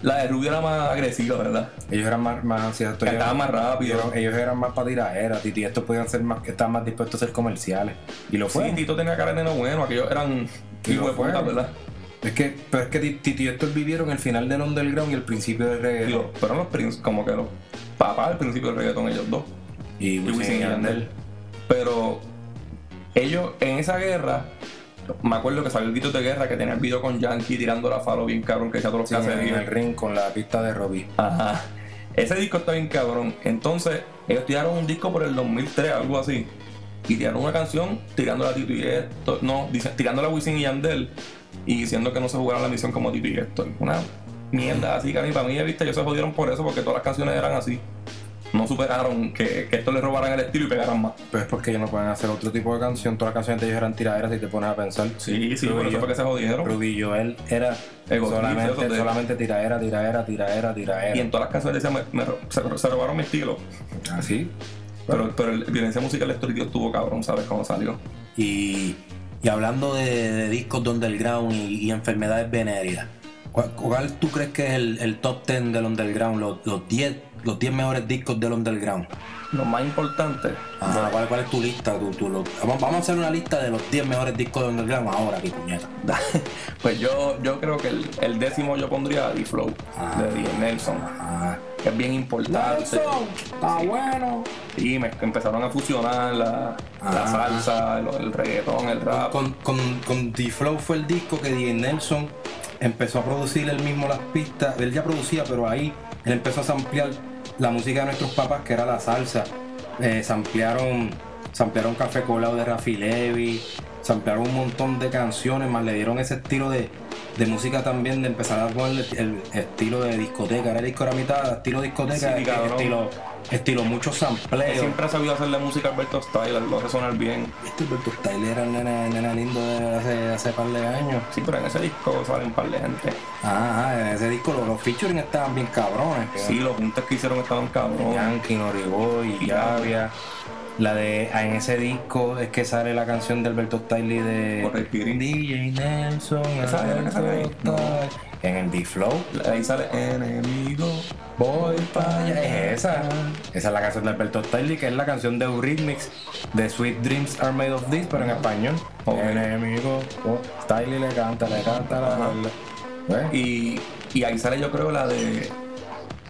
C: la de Rubio era más agresiva, ¿verdad?
D: Ellos eran más, más sí, eh, esto
C: Cantaba
D: era-
C: más rápido.
D: ellos, ellos eran más para tiraderas, Titi. Estos podían ser más, estaban más dispuestos a ser comerciales. Y lo
C: Sí,
D: fue.
C: Tito tenía cara de neno bueno, aquellos eran
D: Y lo
C: hijos de puta,
D: fueron.
C: ¿verdad?
D: es que, pero es que Ti- Titi y Héctor vivieron el final del underground y el principio del
C: Y
D: reggaeton.
C: los- pero los princ- como que los papás al principio del reggaetón, ellos dos.
D: Y,
C: y Wisin y Yandel. Pero ellos en esa guerra, me acuerdo que salió el grito de guerra que tenía el video con Yankee tirando la faro bien cabrón que se todos los
D: Sí, en
C: caseríos.
D: el ring con la pista de Robbie.
C: Ajá. Ese disco está bien cabrón. Entonces, ellos tiraron un disco por el 2003, algo así. Y tiraron una canción tirando a Tito y Héctor. No, dice, tirándola a Wisin y Yandel. Y diciendo que no se jugaron la misión como Tito y Héctor. Una mierda así, que a mí, para mí, viste, ellos se jodieron por eso porque todas las canciones eran así. no superaron que, que esto le robaran el estilo y pegaran más.
D: Pues es porque ellos no pueden hacer otro tipo de canción. Todas las canciones de ellos eran tiraderas y te pones a pensar.
C: Sí, sí,
D: Pero
C: por eso
D: yo-
C: fue que se jodieron.
D: Rudy Joel era
C: Ego trip, eso
D: solamente,
C: te-
D: solamente tiraera, tiraera,
C: Y
D: tiraera,
C: en
D: tiraera.
C: todas las canciones decía, me- me ro- se, se robaron mi estilo.
D: Así.
C: Pero, pero el violencia musical de Story Tío estuvo cabrón, ¿sabes cómo salió?
E: Y, y hablando de, de discos de underground y, y enfermedades venéreas, ¿cuál, cuál tú crees que es el, el top 10 del underground? Los, los 10 los 10 mejores discos del underground.
C: Lo más importante, (laughs)
D: Ah.
E: Ajá, ¿cuál, cuál es tu lista? Tu- tu- lo- vamos, vamos a hacer una lista de los 10 mejores discos del underground ahora, que puñeta.
C: pues yo, yo creo que el, el décimo yo pondría The Flow
E: Ah.
C: de D.N. Nelson.
E: Ajá.
C: que Es bien importante.
D: Está bueno.
C: Y me empezaron a fusionar la, la
E: Ah.
C: salsa, el, el reggaetón, el rap.
E: Con, con, con The Flow fue el disco que DJ Nelson empezó a producir él mismo las pistas. Él ya producía, pero ahí él empezó a samplear la música de nuestros papás, que era la salsa. Eh, samplearon, samplearon Café Colado de Rafi Levy, samplearon un montón de canciones, más le dieron ese estilo de, de música también, de empezar a ponerle el estilo de discoteca. Era disco era mitad, estilo discoteca,
C: Sí, cabrón.
E: estilo, estilo mucho
C: Él
E: sampleo.
C: siempre ha sabido hacerle música a Alberto Styler, lo hace sonar bien.
E: Este Alberto Tyler era un nene, nene lindo de hace, hace par de años.
C: Sí, pero en ese disco salen un par de gente.
D: Ah,
E: Ajá, ajá, en ese disco los, los featuring estaban bien cabrones.
C: Sí, los juntas que hicieron estaban cabrón.
D: Yankee, Noriboy,
C: Y
D: Llavia. La de ah, en ese disco es que sale la canción de Alberto Stiley de
C: Por el pirín.
D: DJ Nelson.
C: ¿Esa era la que sale ahí?
D: Alberto Stiley. En el D-Flow.
C: Ahí sale enemigo.
D: Voy para allá. Es esa. Esa es la canción de Alberto Stiley, que es la canción de Eurythmics de Sweet Dreams Are Made of This, pero en español.
C: Ok.
D: Enemigo. oh, Stiley le canta, le canta, la
C: Ajá.
D: ¿Ves?
C: Y, y ahí sale yo creo la de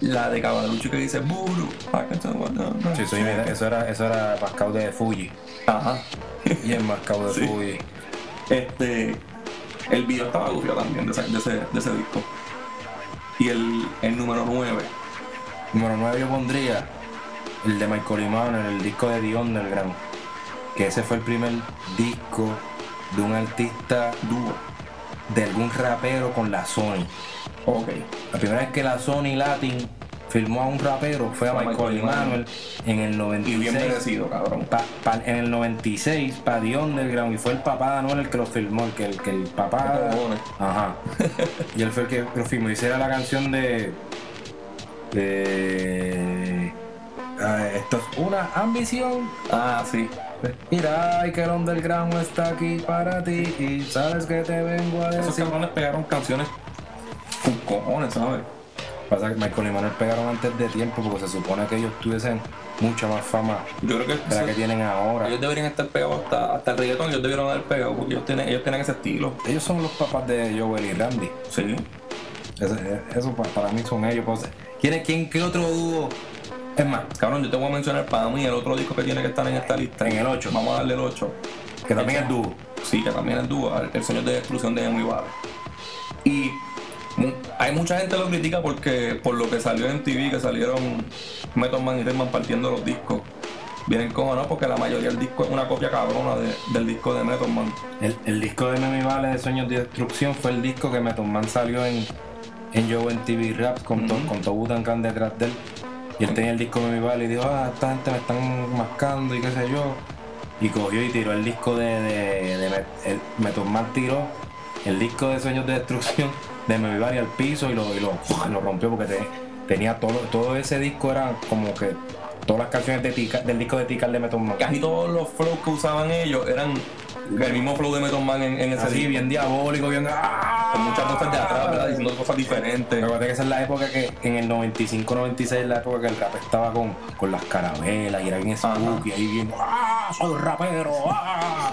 C: la de Cabalucho que dice Buru. I can tell what the-
D: Sí, soy- eso era, eso era Pascal de Fuji.
C: Ajá.
D: Y es Pascal de
C: Sí.
D: Fuji.
C: Este. El video estaba aburrido también de ese, de ese, de ese disco. Y el, el número 9.
D: Número 9 yo pondría el de Michael Imano en el disco de The Underground. Que ese fue el primer disco de un artista,
C: Dúo.
D: de algún rapero con la Sony.
C: Ok.
D: La primera vez que la Sony Latin firmó a un rapero fue a
C: Fue a
D: Michael
C: Michael
D: Immanuel en el
C: Y bien
D: 96.
C: merecido, cabrón.
D: Pa- pa- en el 96 para The Underground y fue el papá de Anuel el que lo firmó, el que el, que el papá...
C: Cojones.
D: Ajá. y él fue el que lo firmó. Y esa era la canción de. de- ah, esto es una ambición.
C: Ah, sí.
D: Mira, y que el underground está aquí para ti. Y sabes que te vengo a
C: Esos
D: decir.
C: cabrones pegaron canciones con cojones, ¿sabes?
D: Pasa que Michael y Manuel pegaron antes de tiempo porque se supone que ellos tuviesen mucha más fama
C: Yo creo que,
D: de la que
C: se-
D: tienen ahora.
C: ellos deberían estar pegados hasta, hasta el reggaetón, ellos debieron haber pegado porque ellos tienen, ellos tienen ese estilo.
D: Ellos son los papás de Joel y Randy.
C: Sí.
D: Eso, eso pa- para mí son ellos. pues. ¿Quién, es- quién, ¿Qué otro dúo? Es más,
C: Cabrón, yo te voy a mencionar para mí el otro disco que tiene que estar en esta lista.
D: En el ocho.
C: Vamos a darle el 8.
D: que también es dúo.
C: Sí, que también es dúo, el señor de destrucción de Emu Ibarra. Y mu- hay mucha gente que lo critica porque por lo que salió en TV, que salieron Method Man y Redman partiendo los discos. Vienen como no, porque la mayoría del disco es una copia cabrona de- del disco de Method Man.
D: El, el disco de Memi Vale de Sueños de Destrucción fue el disco que Method Man salió en, en Yo en TV Rap con, todo
C: Ujú.
D: con todo Butankan detrás de él. Y él tenía el disco de Memi Vale y dijo, ah, esta gente me están mascando y qué sé yo. Y cogió y tiró el disco de, de, de Met- el- Method Man tiró el disco de Sueños de Destrucción de Memi Vale al piso y lo, (laughs) y lo, lo rompió porque te- tenía todo, todo ese disco era como que todas las canciones de Tica- del disco de Tical de Method Man.
C: Casi todos los flows que usaban ellos eran el mismo flow de Method Man en, en ese
D: Así,
C: disco.
D: bien diabólico, bien... ¡ah!
C: Con muchas cosas de atrás, ¿verdad? Diciendo cosas diferentes.
D: Recuerda que esa es la época que en el 95-96 es la época que el rap estaba con, con las carabelas y era bien
C: Ajá.
D: spooky, ahí bien, ¡ah! ¡Soy rapero! (laughs) ¡ah!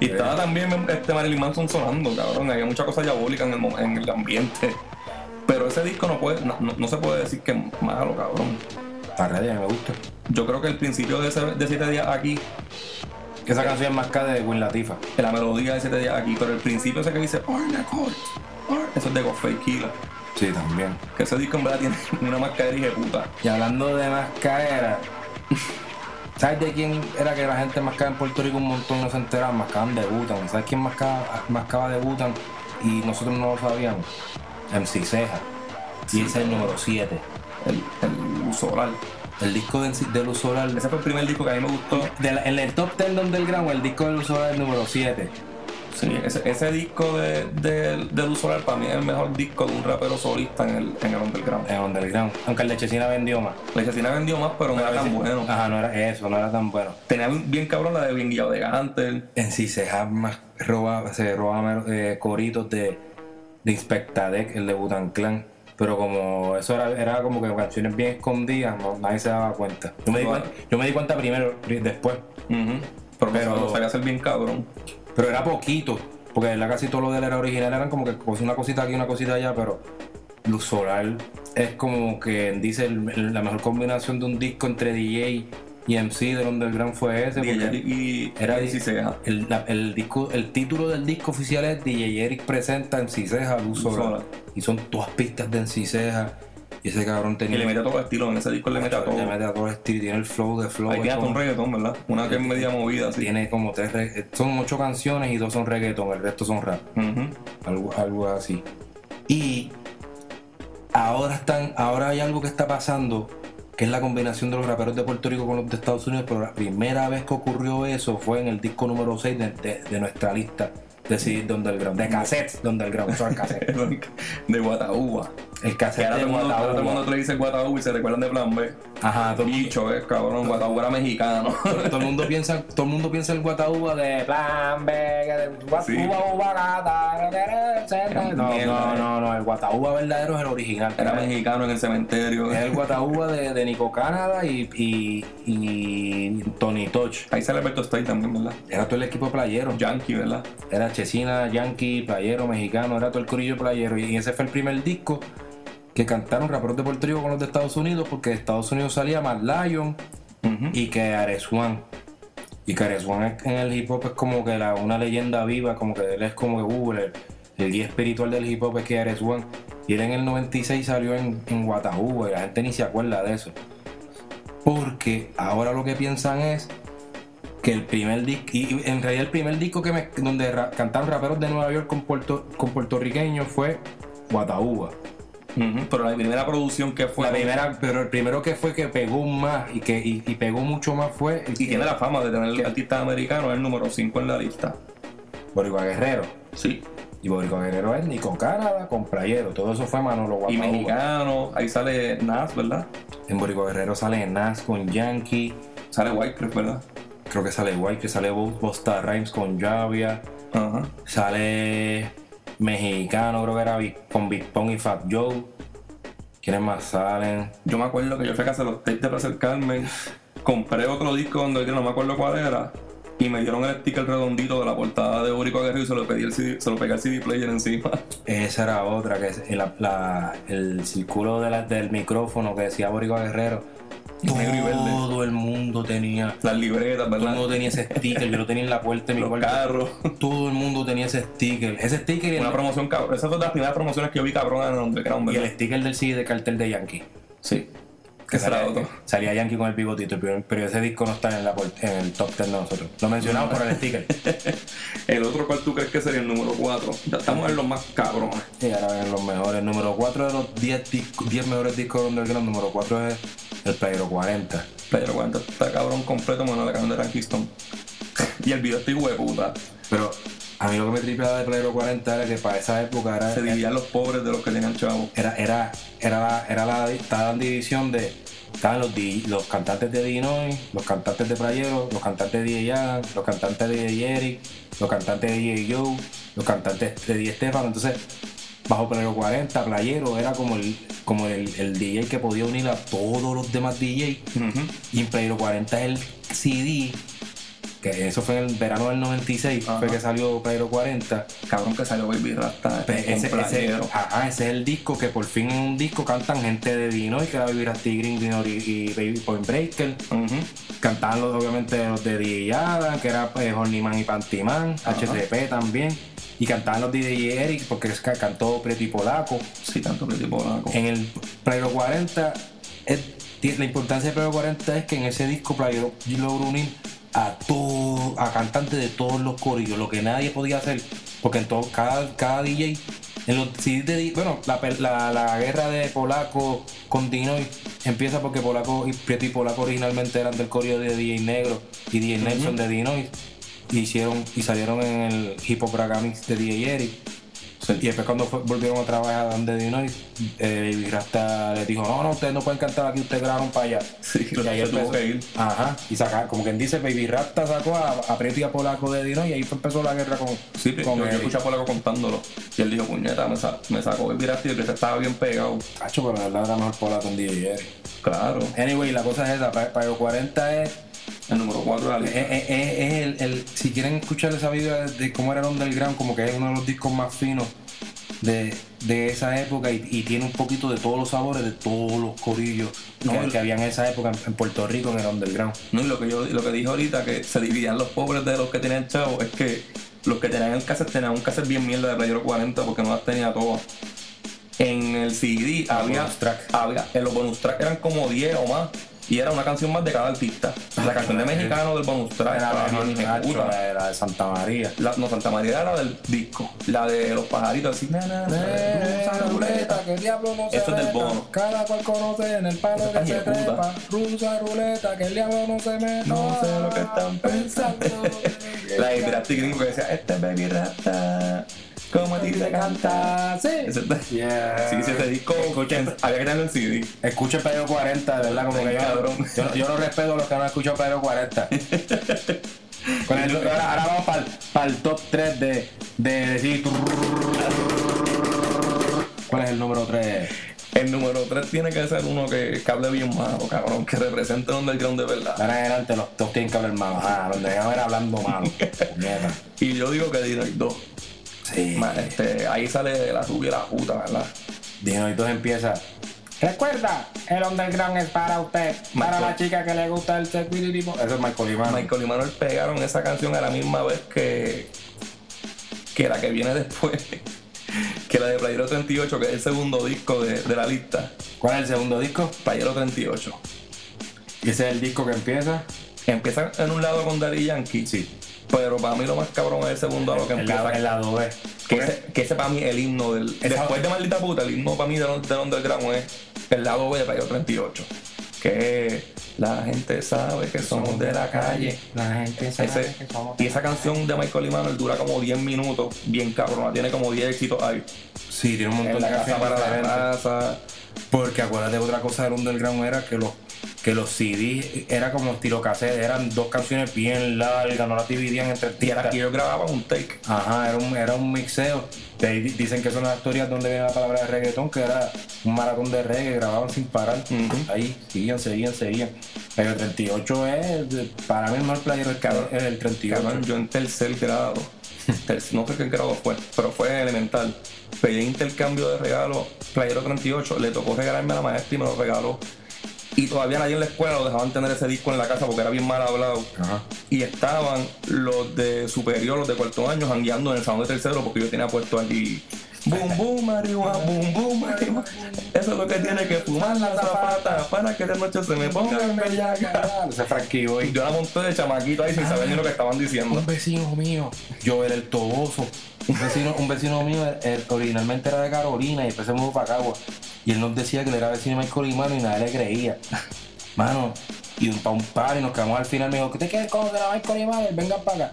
C: Y estaba también este Marilyn Manson sonando, cabrón. Había mucha cosa diabólica en el, mo- en el ambiente. Pero ese disco no, puede, no, no- no se puede decir que es malo, cabrón.
D: Está ready, me gusta.
C: Yo creo que el principio de, ese, de Siete Días aquí,
D: Esa canción es más cara de Win Latifa.
C: la melodía de Siete Días aquí, pero el principio ese que dice, "Arna Court, Arna", eso es de Godfrey Killa.
D: Sí, también.
C: Que ese disco en verdad tiene (laughs) una mascarilla de puta.
D: Y hablando de mascarera, ¿sabes de quién era que la gente mascaba en Puerto Rico un montón no se enteraban? Mascaban de Butan. ¿Sabes quién mascaba, mascaba de Butan y nosotros no lo sabíamos? MC Ceja. Y ese es el número 7.
C: El, el solar.
D: El disco de, de Luz Solar.
C: Ese fue el primer disco que a mí me gustó.
D: de la- en el top 10 de Underground, el disco de Luz Solar es el número 7.
C: Sí, ese, ese disco de, de, de Luz Solar para mí es el mejor disco de un rapero solista en el, en el underground.
D: En eh, Underground. Aunque el de Chesina vendió más.
C: La Chesina vendió más, pero no era tan bueno.
D: Ajá, no era eso, no era tan bueno.
C: Tenía bien, bien cabrón la de Bien Guillado de Gantel.
D: En sí se más roba, se roba menos, eh, coritos de, de Inspectadec, el de Butan Clan. Pero como eso era, era como que canciones bien escondidas, no, nadie se daba cuenta. Yo me, di
C: Bueno.
D: cuenta, yo me di cuenta primero, pri- después.
C: Pero,
D: Pero-
C: lo sabía hacer bien cabrón.
D: Pero era poquito, porque de verdad casi todo lo de él era original, eran como que cos- una cosita aquí, una cosita allá, pero Luz Solar es como que dice el- el- la mejor combinación de un disco entre DJ y MC de Underground fue ese.
C: DJ
D: porque-
C: y,
D: era
C: y MC Ceja.
D: El, la- el disco, el título del disco oficial es DJ Eric presenta en Ciseja Luz
C: Luz
D: Solar.
C: Solar.
D: Y son todas pistas de en Ciseja. Y ese cabrón
C: Y
D: tenía.
C: le mete a todo el estilo. En ese disco le mete a todo.
D: le mete a todo el estilo. Tiene el flow de flow.
C: Ahí tiene
D: es
C: hasta un
D: como-
C: reggaetón, ¿verdad? Una que es media movida, así.
D: tiene como tres. regga- Son ocho canciones y dos son reggaeton. El resto son rap.
C: Ujú.
D: Algo, algo así. Y ahora están. Ahora hay algo que está pasando. Que es la combinación de los raperos de Puerto Rico con los de Estados Unidos. Pero la primera vez que ocurrió eso fue en el disco número 6 de, de- de nuestra lista. De CDs de Underground. De cassettes de Underground. Eso era cassette.
C: De Guataúba.
D: (laughs) El
C: Que
D: cassette
C: ahora
D: de
C: todo el mundo- ahora todo el mundo
D: Guataúba.
C: le dice Guataúba y se recuerdan de Plan B.
D: Ajá, todo el mundo.
C: Bicho, eh, cabrón. Guataúba era
D: (laughs)
C: mexicano.
D: Todo el mundo piensa, todo el mundo piensa el Guataúba de plan B, que de Guataúba,
C: Sí.
D: Uba, Gata, no quiere ser-
C: Era
D: No,
C: mierda,
D: no,
C: eh.
D: no, no, el Guataúba verdadero es el original.
C: Era mexicano en el cementerio.
D: Es el Guataúba de, de Nico Canadá y, y, y Tony Touch.
C: Ahí sale Alberto State también, ¿verdad?
D: Era todo el equipo playero.
C: Yankee, ¿verdad?
D: Era Chesina, Yankee, playero, mexicano, era todo el corillo playero. Y ese fue el primer disco que cantaron raperos de Puerto Rico con los de Estados Unidos, porque de Estados Unidos salía más Lion y que Areswan. Y que Areswan es- en el hip hop es como que la- una leyenda viva, como que él es como que uh, el, el guía espiritual del hip hop es que Areswan. Y él en el 96 salió en, en Guatajuba y la gente ni se acuerda de eso. Porque ahora lo que piensan es que el primer disco, y y en realidad el primer disco que me, donde ra- cantaron raperos de Nueva York con, puerto, con puertorriqueños fue Guataúba.
C: Ujú, Pero la primera producción que fue.
D: La primera, pero el primero que fue que pegó más y que y, y pegó mucho más fue el
C: Y tiene la fama de tener
D: ¿Qué?
C: artistas americanos, es el número 5 en la lista.
D: Boricua Guerrero.
C: Sí.
D: Y Boricua Guerrero es ni con Canadá, con Playero. Todo eso fue Manolo
C: Y
D: Guataúba.
C: mexicano, ahí sale Nas, ¿verdad?
D: En Boricua Guerrero sale Nas con Yankee.
C: Sale Wyclef, ¿verdad?
D: Creo que sale White, que sale Bo- Bosta Rhymes con Javia.
C: Ajá.
D: Sale mexicano, creo que era Big- con Big Pong y Fat Joe. ¿Quiénes más salen?
C: Yo me acuerdo que yo fui a casa de los tapes de Placer Carmen, compré otro disco donde no me acuerdo cuál era, y me dieron el sticker redondito de la portada de Burico Guerrero y se lo, pedí el CD, se lo pegué al CD player encima. (laughs)
D: Esa era otra, que es el, la- el círculo de la- del micrófono que decía Boricua Guerrero.
C: Negro y verde.
D: Todo el mundo tenía.
C: Las libretas,
D: Todo el
C: ¿verdad?
D: mundo tenía ese sticker. Yo lo tenía en la puerta de mi
C: Los
D: cuarto.
C: carros.
D: Todo el mundo tenía ese sticker. Ese sticker y
C: Una
D: el,
C: promoción cabrón. Esa fue de las primeras promociones que yo vi cabrón en el underground,
D: y
C: ¿verdad?
D: el sticker del CD de cartel de Yankee.
C: Sí.
D: Que este.
C: Ese era
D: salía,
C: otro.
D: salía Yankee con el bigotito, pero, pero ese disco no está en, la, puer- en el top 10 de nosotros. Lo mencionamos por el (laughs) sticker.
C: El otro, ¿cuál tú crees que sería el número 4? Ya estamos en los más cabrones.
D: Y ahora ven los mejores. Número 4 de los 10 discos- 10 mejores discos de Underground. Número 4 es el Playero 40.
C: Pero cuánto está cabrón completo, mano, la canción de Rankiston. (laughs) y el video está hijo de puta.
D: Pero a mí lo que me tripeaba de Playero 40 era que para esa época era,
C: Se dividían los pobres de los que tenían chavos.
D: era, era, era la, era la, estaba en división de estaban los, di- los cantantes de Dinoy, los cantantes de Playero, los cantantes de DJ Adam, los cantantes de DJ Eric, los cantantes de DJ Joe, los cantantes de DJ Estefano. Entonces, bajo Playero 40, Playero era como el, como el, el DJ que podía unir a todos los demás DJ. Y en Playero 40 es el CD, que eso fue en el verano del 96,
C: Ajá.
D: fue que salió Playero 40.
C: Cabrón que salió Baby Rasta.
D: Pues
C: en
D: ese, ese,
C: Playero.
D: ajá, ese es el disco que por fin en un disco cantan gente de Dino y que era Baby Rasty Green Dino y, y Baby Point Breaker.
C: Ujú.
D: Cantaban los, obviamente los de DJ Adam, que era pues, Horny Man y Pantiman, HCP también. Y cantaban los de DJ Eric porque es que cantó Preto y Polaco.
C: Sí, tanto que tipo blanco.
D: En el Playero 40, es- ti- la importancia de Playero 40 es que en ese disco Playero logró unir a todo, a cantantes de todos los corillos, lo que nadie podía hacer, porque en todo, cada, cada DJ, en los CDs de, di- bueno, la, pe- la, la guerra de Polaco con Dinoy empieza porque Polaco y Prieto y Polaco originalmente eran del corrido de DJ Negro y DJ Nelson de Dinoid. Y hicieron y salieron en el Hip Hop Braga Mix de DJ Eric. Y después cuando fue- volvieron a trabajar donde Dinoid, eh, Baby Rasta les dijo, no, no, ustedes no pueden cantar aquí, ustedes grabaron para allá.
C: Sí,
D: y
C: lo
D: ahí
C: se tuvo
D: empezó-
C: que ir.
D: Ajá, y sacar, como quien dice, Baby Rasta sacó a, a Prieto y a Polaco de Dinoid y ahí fue- empezó la guerra con,
C: Sí, pero
D: con
C: yo, yo
D: Eric.
C: escuché a Polaco contándolo. Y él dijo, puñeta, me, sa- me sacó el pirata y el que estaba bien pegado.
D: Cacho, pero la verdad era mejor Polaco en DJ Eric.
C: Claro.
D: Anyway, la cosa es esa, para, para el 40 es,
C: El número 4 de la
D: es,
C: lista.
D: es- Eh, es el, el- si quieren escuchar esa vida de cómo era el underground, como que es uno de los discos más finos de, de esa época y, y tiene un poquito de todos los sabores de todos los corillos
C: No,
D: que,
C: el-
D: que había en esa época en, en Puerto Rico en el underground.
C: No, y lo que yo lo que dije ahorita, que se dividían los pobres de los que tenían chavos, es que los que tenían el cassette tenían un cassette bien mierda de Playero 40 porque no las tenía todas. En el CD había,
D: bonus track.
C: había, en los bonus track eran como 10 o más. Y era una canción más de cada artista. La canción de mexicano del bonus track.
D: Era la
C: estaba
D: mejor,
C: bien
D: cacho,
C: ejecutada.
D: la, la de Santa María.
C: La- no, Santa María era la del disco. La de los pajaritos así. na, na, na,
D: Eh,
C: rusa, ruleta.
D: que el diablo no
C: se Eso es del meta, bono.
D: Cada cual conoce en el palo
C: Eso que está se hijo de puta. trepa.
D: Rusa ruleta, que el diablo no se meta.
C: No sé lo que están pensando.
D: eh.
C: la de Pirata y Gringo que decía, este es baby rata. Como a ti te canta. Ese- Sí, sí, ese disco
D: Escuchen.
C: Eh, había que tenerlo en CD.
D: Escuche Pedro 40, de verdad, como que
C: Cabrón.
D: yo, yo, no- yo no respeto a los que no han escuchado Pedro 40. Con el- ahora, ahora vamos para el, top 3 de, de decir. ¿Cuál es el número 3?
C: El número 3 tiene que ser uno que, que hable bien malo, cabrón, que represente el underground de verdad.
D: Ahora en adelante los top tienen que hablar malo. Ah, los dejan ver hablando malo. Puñeta.
C: Y yo digo que Dinoid 2.
D: Sí.
C: Ma- este, ahí sale la rubia y la puta, ¿verdad?
D: Dino y todo empieza. Recuerda, el underground es para usted, para
C: Michael.
D: la chica que le gusta el securitismo. Eso es Michael Imano.
C: Michael y Manuel pegaron esa canción a la misma vez que, que la que viene (laughs) después, que la de Playero 38, que es el segundo disco de, de la lista.
D: ¿Cuál es el segundo disco?
C: Playero 38.
D: Ese es el disco que empieza.
C: Empieza en un lado con Daddy Yankee,
D: Sí.
C: pero para mí lo más cabrón es el segundo lado que
D: El
C: empieza
D: lado, el lado B.
C: Que ese, que ese para mí es el himno del. Después de Maldita Puta, el himno para mí del, del underground es el lado B de Playo 38. Que la gente sabe que somos de la calle.
D: La gente
C: Ese- y esa canción de Michael y Manuel dura como 10 minutos, bien cabrona, tiene como 10 éxitos ahí.
D: Sí, tiene un
C: En
D: montón
C: la
D: de
C: casa para la
D: canciones
C: raza.
D: Porque acuérdate otra cosa del underground era que los que los CDs era como estilo cassette, eran dos canciones bien largas, no las dividían entre
C: Y era
D: artistas.
C: que yo grababa un take.
D: Ajá, era un, era un mixeo. De ahí di- dicen que son las historias donde viene la palabra de reggaetón, que era un maratón de reggae, grababan sin parar.
C: Ujú.
D: Ahí, seguían, seguían, seguían. Pero el 38 es, de- para mí el mejor player del cabrón es el 38.
C: Cabrón, yo en tercer grado, ter- no sé qué grado fue, pero fue elemental. Pedí intercambio de regalo, Playero 38, le tocó regalarme a la maestra y me lo regaló. Y todavía nadie en la escuela lo dejaban tener ese disco en la casa porque era bien mal hablado.
D: Ajá.
C: Y estaban los de superior, los de cuarto año, jangueando en el salón de tercero porque yo tenía puesto allí. Boom, boom, marihuana, boom, boom, marihuana. Eso es lo que tiene que fumar la zapata para que de noche se me ponga en bellaca.
D: Ese es Frankie
C: Y
D: Boy.
C: yo la monté de chamaquito ahí sin saber ni lo que estaban diciendo.
D: Un vecino mío, yo era el toboso. Un vecino, un vecino mío él originalmente era de Carolina y después se mudó para Cagua. Y él nos decía que le era vecino de Michael y mano y nadie le creía. Mano, y un pa' un par y nos quedamos al final. Me dijo, ¿qué te quieres conocer a Michael y Manuel? Vengan para acá.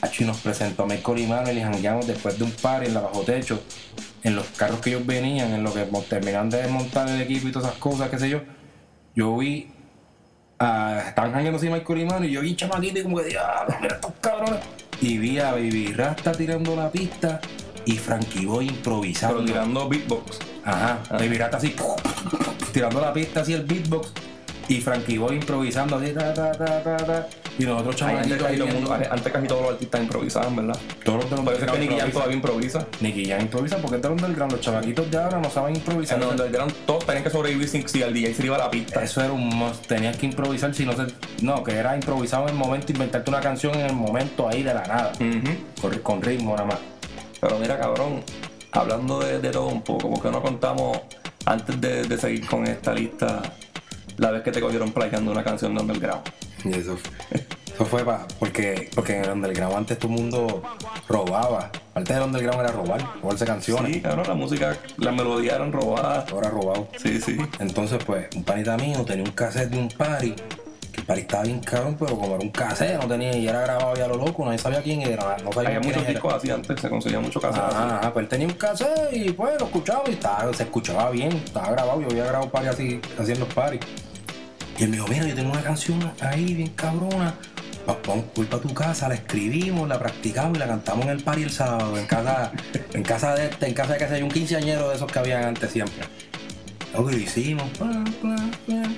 D: Acho, y nos presentó a Michael y Manuel y jangueamos después de un par en la bajo techo. En los carros que ellos venían, en lo que mo- terminan de desmontar el equipo y todas esas cosas, qué sé yo. Yo vi Ah, estaban jangueando así Michael y Mano y yo bien chamaquito y como que diablo, mira estos cabrones. Y vi a Baby Rasta tirando la pista y Frankie Boy
C: Pero Ah.
D: improvisando.
C: tirando beatbox.
D: Ajá, Baby Rasta así tirando la pista así el beatbox y Frankie Boy improvisando así ta ta ta ta ta y nosotros
C: Ay, Antes
D: chamaquitos
C: casi,
D: ahí
C: todo el
D: viendo
C: mundo- antes casi todos los artistas improvisaban, ¿verdad?
D: todos los de los
C: Parece que Nicky Jam
D: improvisa.
C: todavía improvisa.
D: Nicky Jam improvisa porque es del underground, los chamaquitos de ahora no saben improvisar.
C: En el underground todos tenían que sobrevivir sin si al DJ se le iba la pista.
D: Eso era un must, tenías que improvisar si no se- No, que era improvisado en el momento, inventarte una canción en el momento ahí de la nada.
C: Ujú.
D: con, con ritmo nada más.
C: Pero mira, cabrón, hablando de, de todo un poco, ¿por qué no contamos, antes de, de seguir con esta lista, la vez que te cogieron playando una canción de underground?
D: Y eso, eso fue pa- porque, porque en el underground antes todo el mundo robaba. Parte del underground era robar, robarse canciones.
C: Sí, cabrón, la música, la melodía eran robadas.
D: Ahora robado.
C: Sí, sí.
D: Entonces, pues, un panita mío tenía un cassette de un party. Que el party estaba bien cabrón, pero como era un cassette, no tenía, y era grabado ya lo loco, nadie sabía quién era, no sabía
C: Había
D: quién
C: muchos
D: era.
C: discos así antes, se conseguía mucho cassette así.
D: Ajá, ajá, pues él tenía un cassette y pues lo escuchaba y estaba, se escuchaba bien, estaba grabado, yo había grabado party así, haciendo party. Y él me dijo, mira, yo tengo una canción ahí bien cabrona. Va- Vamos por para tu casa, la escribimos, la practicamos y la cantamos en el party el sábado, en casa, (laughs) en casa de este, en casa de que se un quinceañero de esos que habían antes siempre. Lo que hicimos, plan, plan, plan.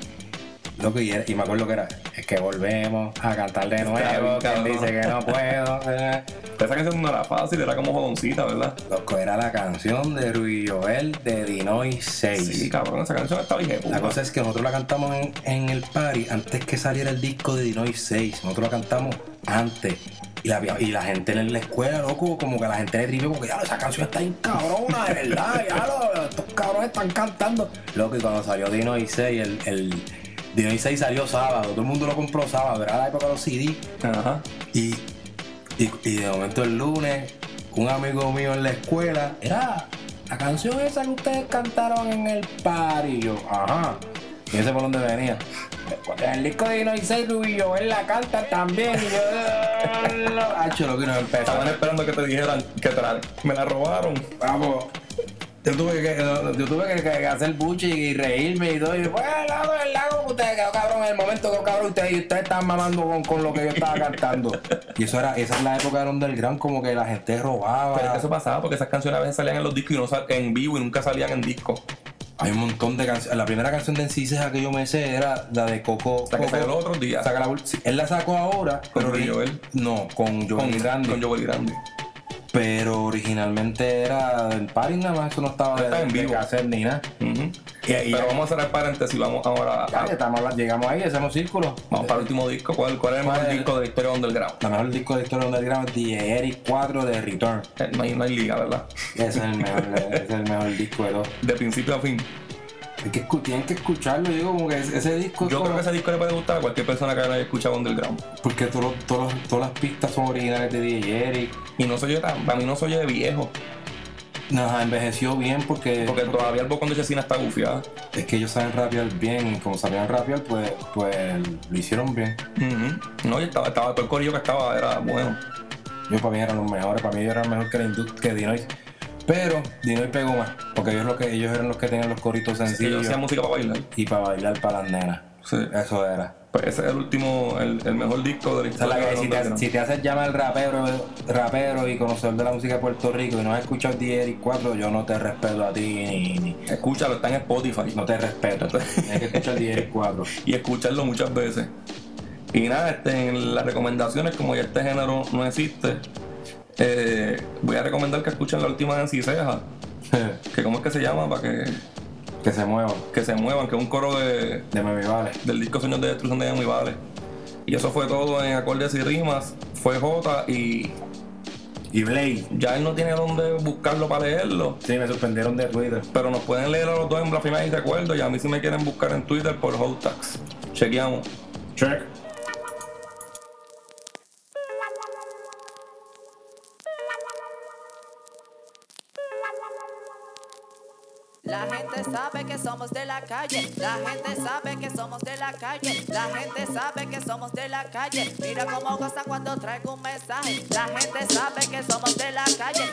D: Lo que y, era- y me acuerdo que era, es que volvemos a cantar de nuevo,
C: bien,
D: que él
C: cabrón.
D: dice que no puedo. eh.
C: Esa canción no era fácil, era como jodoncita, ¿verdad?
D: Loco, era la canción de Ruiz Joel de Dinoy 6.
C: Sí, cabrón, esa canción estaba bien
D: la
C: puta.
D: cosa es que nosotros la cantamos en, en el party antes que saliera el disco de Dinoy 6. Nosotros la cantamos antes. Y la, había- y la gente en la escuela, loco, como que la gente le ripió, como que ya esa canción está bien cabrona, de verdad, ya lo, estos cabrones están cantando. Loco, y cuando salió Dinoy 6, el, el Dinoy 6 salió sábado, todo el mundo lo compró sábado, era la época de los CD.
C: Ajá.
D: Y, y, y de momento el lunes, un amigo mío en la escuela, era la canción esa que ustedes cantaron en el party. Y yo, ajá. Y ese por donde venía. Porque el disco de Dino y Rubio, él la canta también. Y yo, (laughs) hacho, lo que nos empezó.
C: Estaban esperando que te dijeran que te la- me la robaron.
D: Vamos. Yo tuve que, yo tuve que, que hacer buche y reírme y todo. Y yo, pues, la verdad, como que ustedes quedó cabrón en el momento que cabrón, ustedes, ustedes estaban mamando con, con lo que yo estaba cantando. Y eso era, esa es la época del underground, como que la gente robaba.
C: Pero es que eso pasaba porque esas canciones a veces salían en los discos y no sal- en vivo y nunca salían en disco.
D: Hay un montón de canciones. La primera canción de Encises que yo me sé era la de Coco.
C: La que
D: Coco-
C: salió los otros días.
D: Saca la bol- sí, él la sacó ahora.
C: Con
D: pero
C: Rudy
D: ori-
C: Joel.
D: No, con Joel
C: con
D: Randy.
C: Con Joel Grande.
D: Pero originalmente era del party nada más, eso no estaba de,
C: Está en
D: de
C: vivo.
D: cassette ni nada.
C: Ujú.
D: Y, y-
C: Pero vamos a cerrar paréntesis y vamos ahora
D: Ya,
C: a-
D: ya estamos hablando- llegamos ahí, hacemos círculo.
C: Vamos para el último disco. ¿Cuál, cuál es el
D: ¿Cuál
C: mejor
D: es?
C: disco de la historia underground?
D: La mejor disco de historia underground es The Eric 4 de Return.
C: Eh, No hay, no hay liga, ¿verdad?
D: Ese es el mejor, (laughs) ese es el mejor disco de todos.
C: De principio a fin.
D: Hay que escu- tienen que escucharlo, digo, como que ese, ese disco es
C: Yo creo
D: como-
C: que ese disco le puede gustar a cualquier persona que haya escuchado underground.
D: Porque todos los- todos los- todas las pistas son originales de DJ Eric.
C: Y no se oye tan, para mí no se oye de viejo.
D: Nos envejeció bien porque,
C: Porque todavía el bocón de Chesina está gufiada.
D: es que ellos saben rapear bien y como sabían rapear, pues, pues lo hicieron bien.
C: Ujú. No, y estaba, estaba todo el corillo que estaba, era bueno.
D: Yo para mí eran los mejores, para mí ellos eran mejor que la indust- que Dinois. Pero Dinois pegó más, porque ellos, lo que, ellos eran los que tenían los
C: Sí,
D: coritos
C: yo
D: sencillos
C: hacía música para bailar.
D: y para bailar para las nenas.
C: Sí.
D: Eso era.
C: Pues ese es el último, el, el mejor disco de la
D: Esa es
C: historia.
D: la que si te,
C: underground.
D: si te haces llamar rapero, rapero y conocedor de la música de Puerto Rico y no has escuchado DJ Eric 4, yo no te respeto a ti ni, ni-
C: Escúchalo, está en Spotify.
D: no te respeto. Tienes que escuchar DJ Eric 4.
C: y escucharlo muchas veces. Y nada, este, en las recomendaciones, como ya este género no existe, eh, voy a recomendar que escuchen la última de Enciseja, que cómo es que se llama, para que,
D: (laughs) que se muevan.
C: que se muevan, que es un coro de,
D: De me vale.
C: del disco Sueños de Destrucción de Llamo y Vale. Y eso fue todo en acordes y rimas, fue J y
D: Y Blade.
C: ya él no tiene dónde buscarlo para leerlo.
D: Sí, me suspendieron de Twitter.
C: Pero nos pueden leer a los dos en Blasfemia y Recuerdo y a mí si me quieren buscar en Twitter por Hotax. Chequeamos.
D: Check.
F: La gente sabe que somos de la calle, la gente sabe que somos de la calle, la gente sabe que somos de la calle. Mira cómo goza cuando traigo un mensaje. La gente sabe que somos de la calle,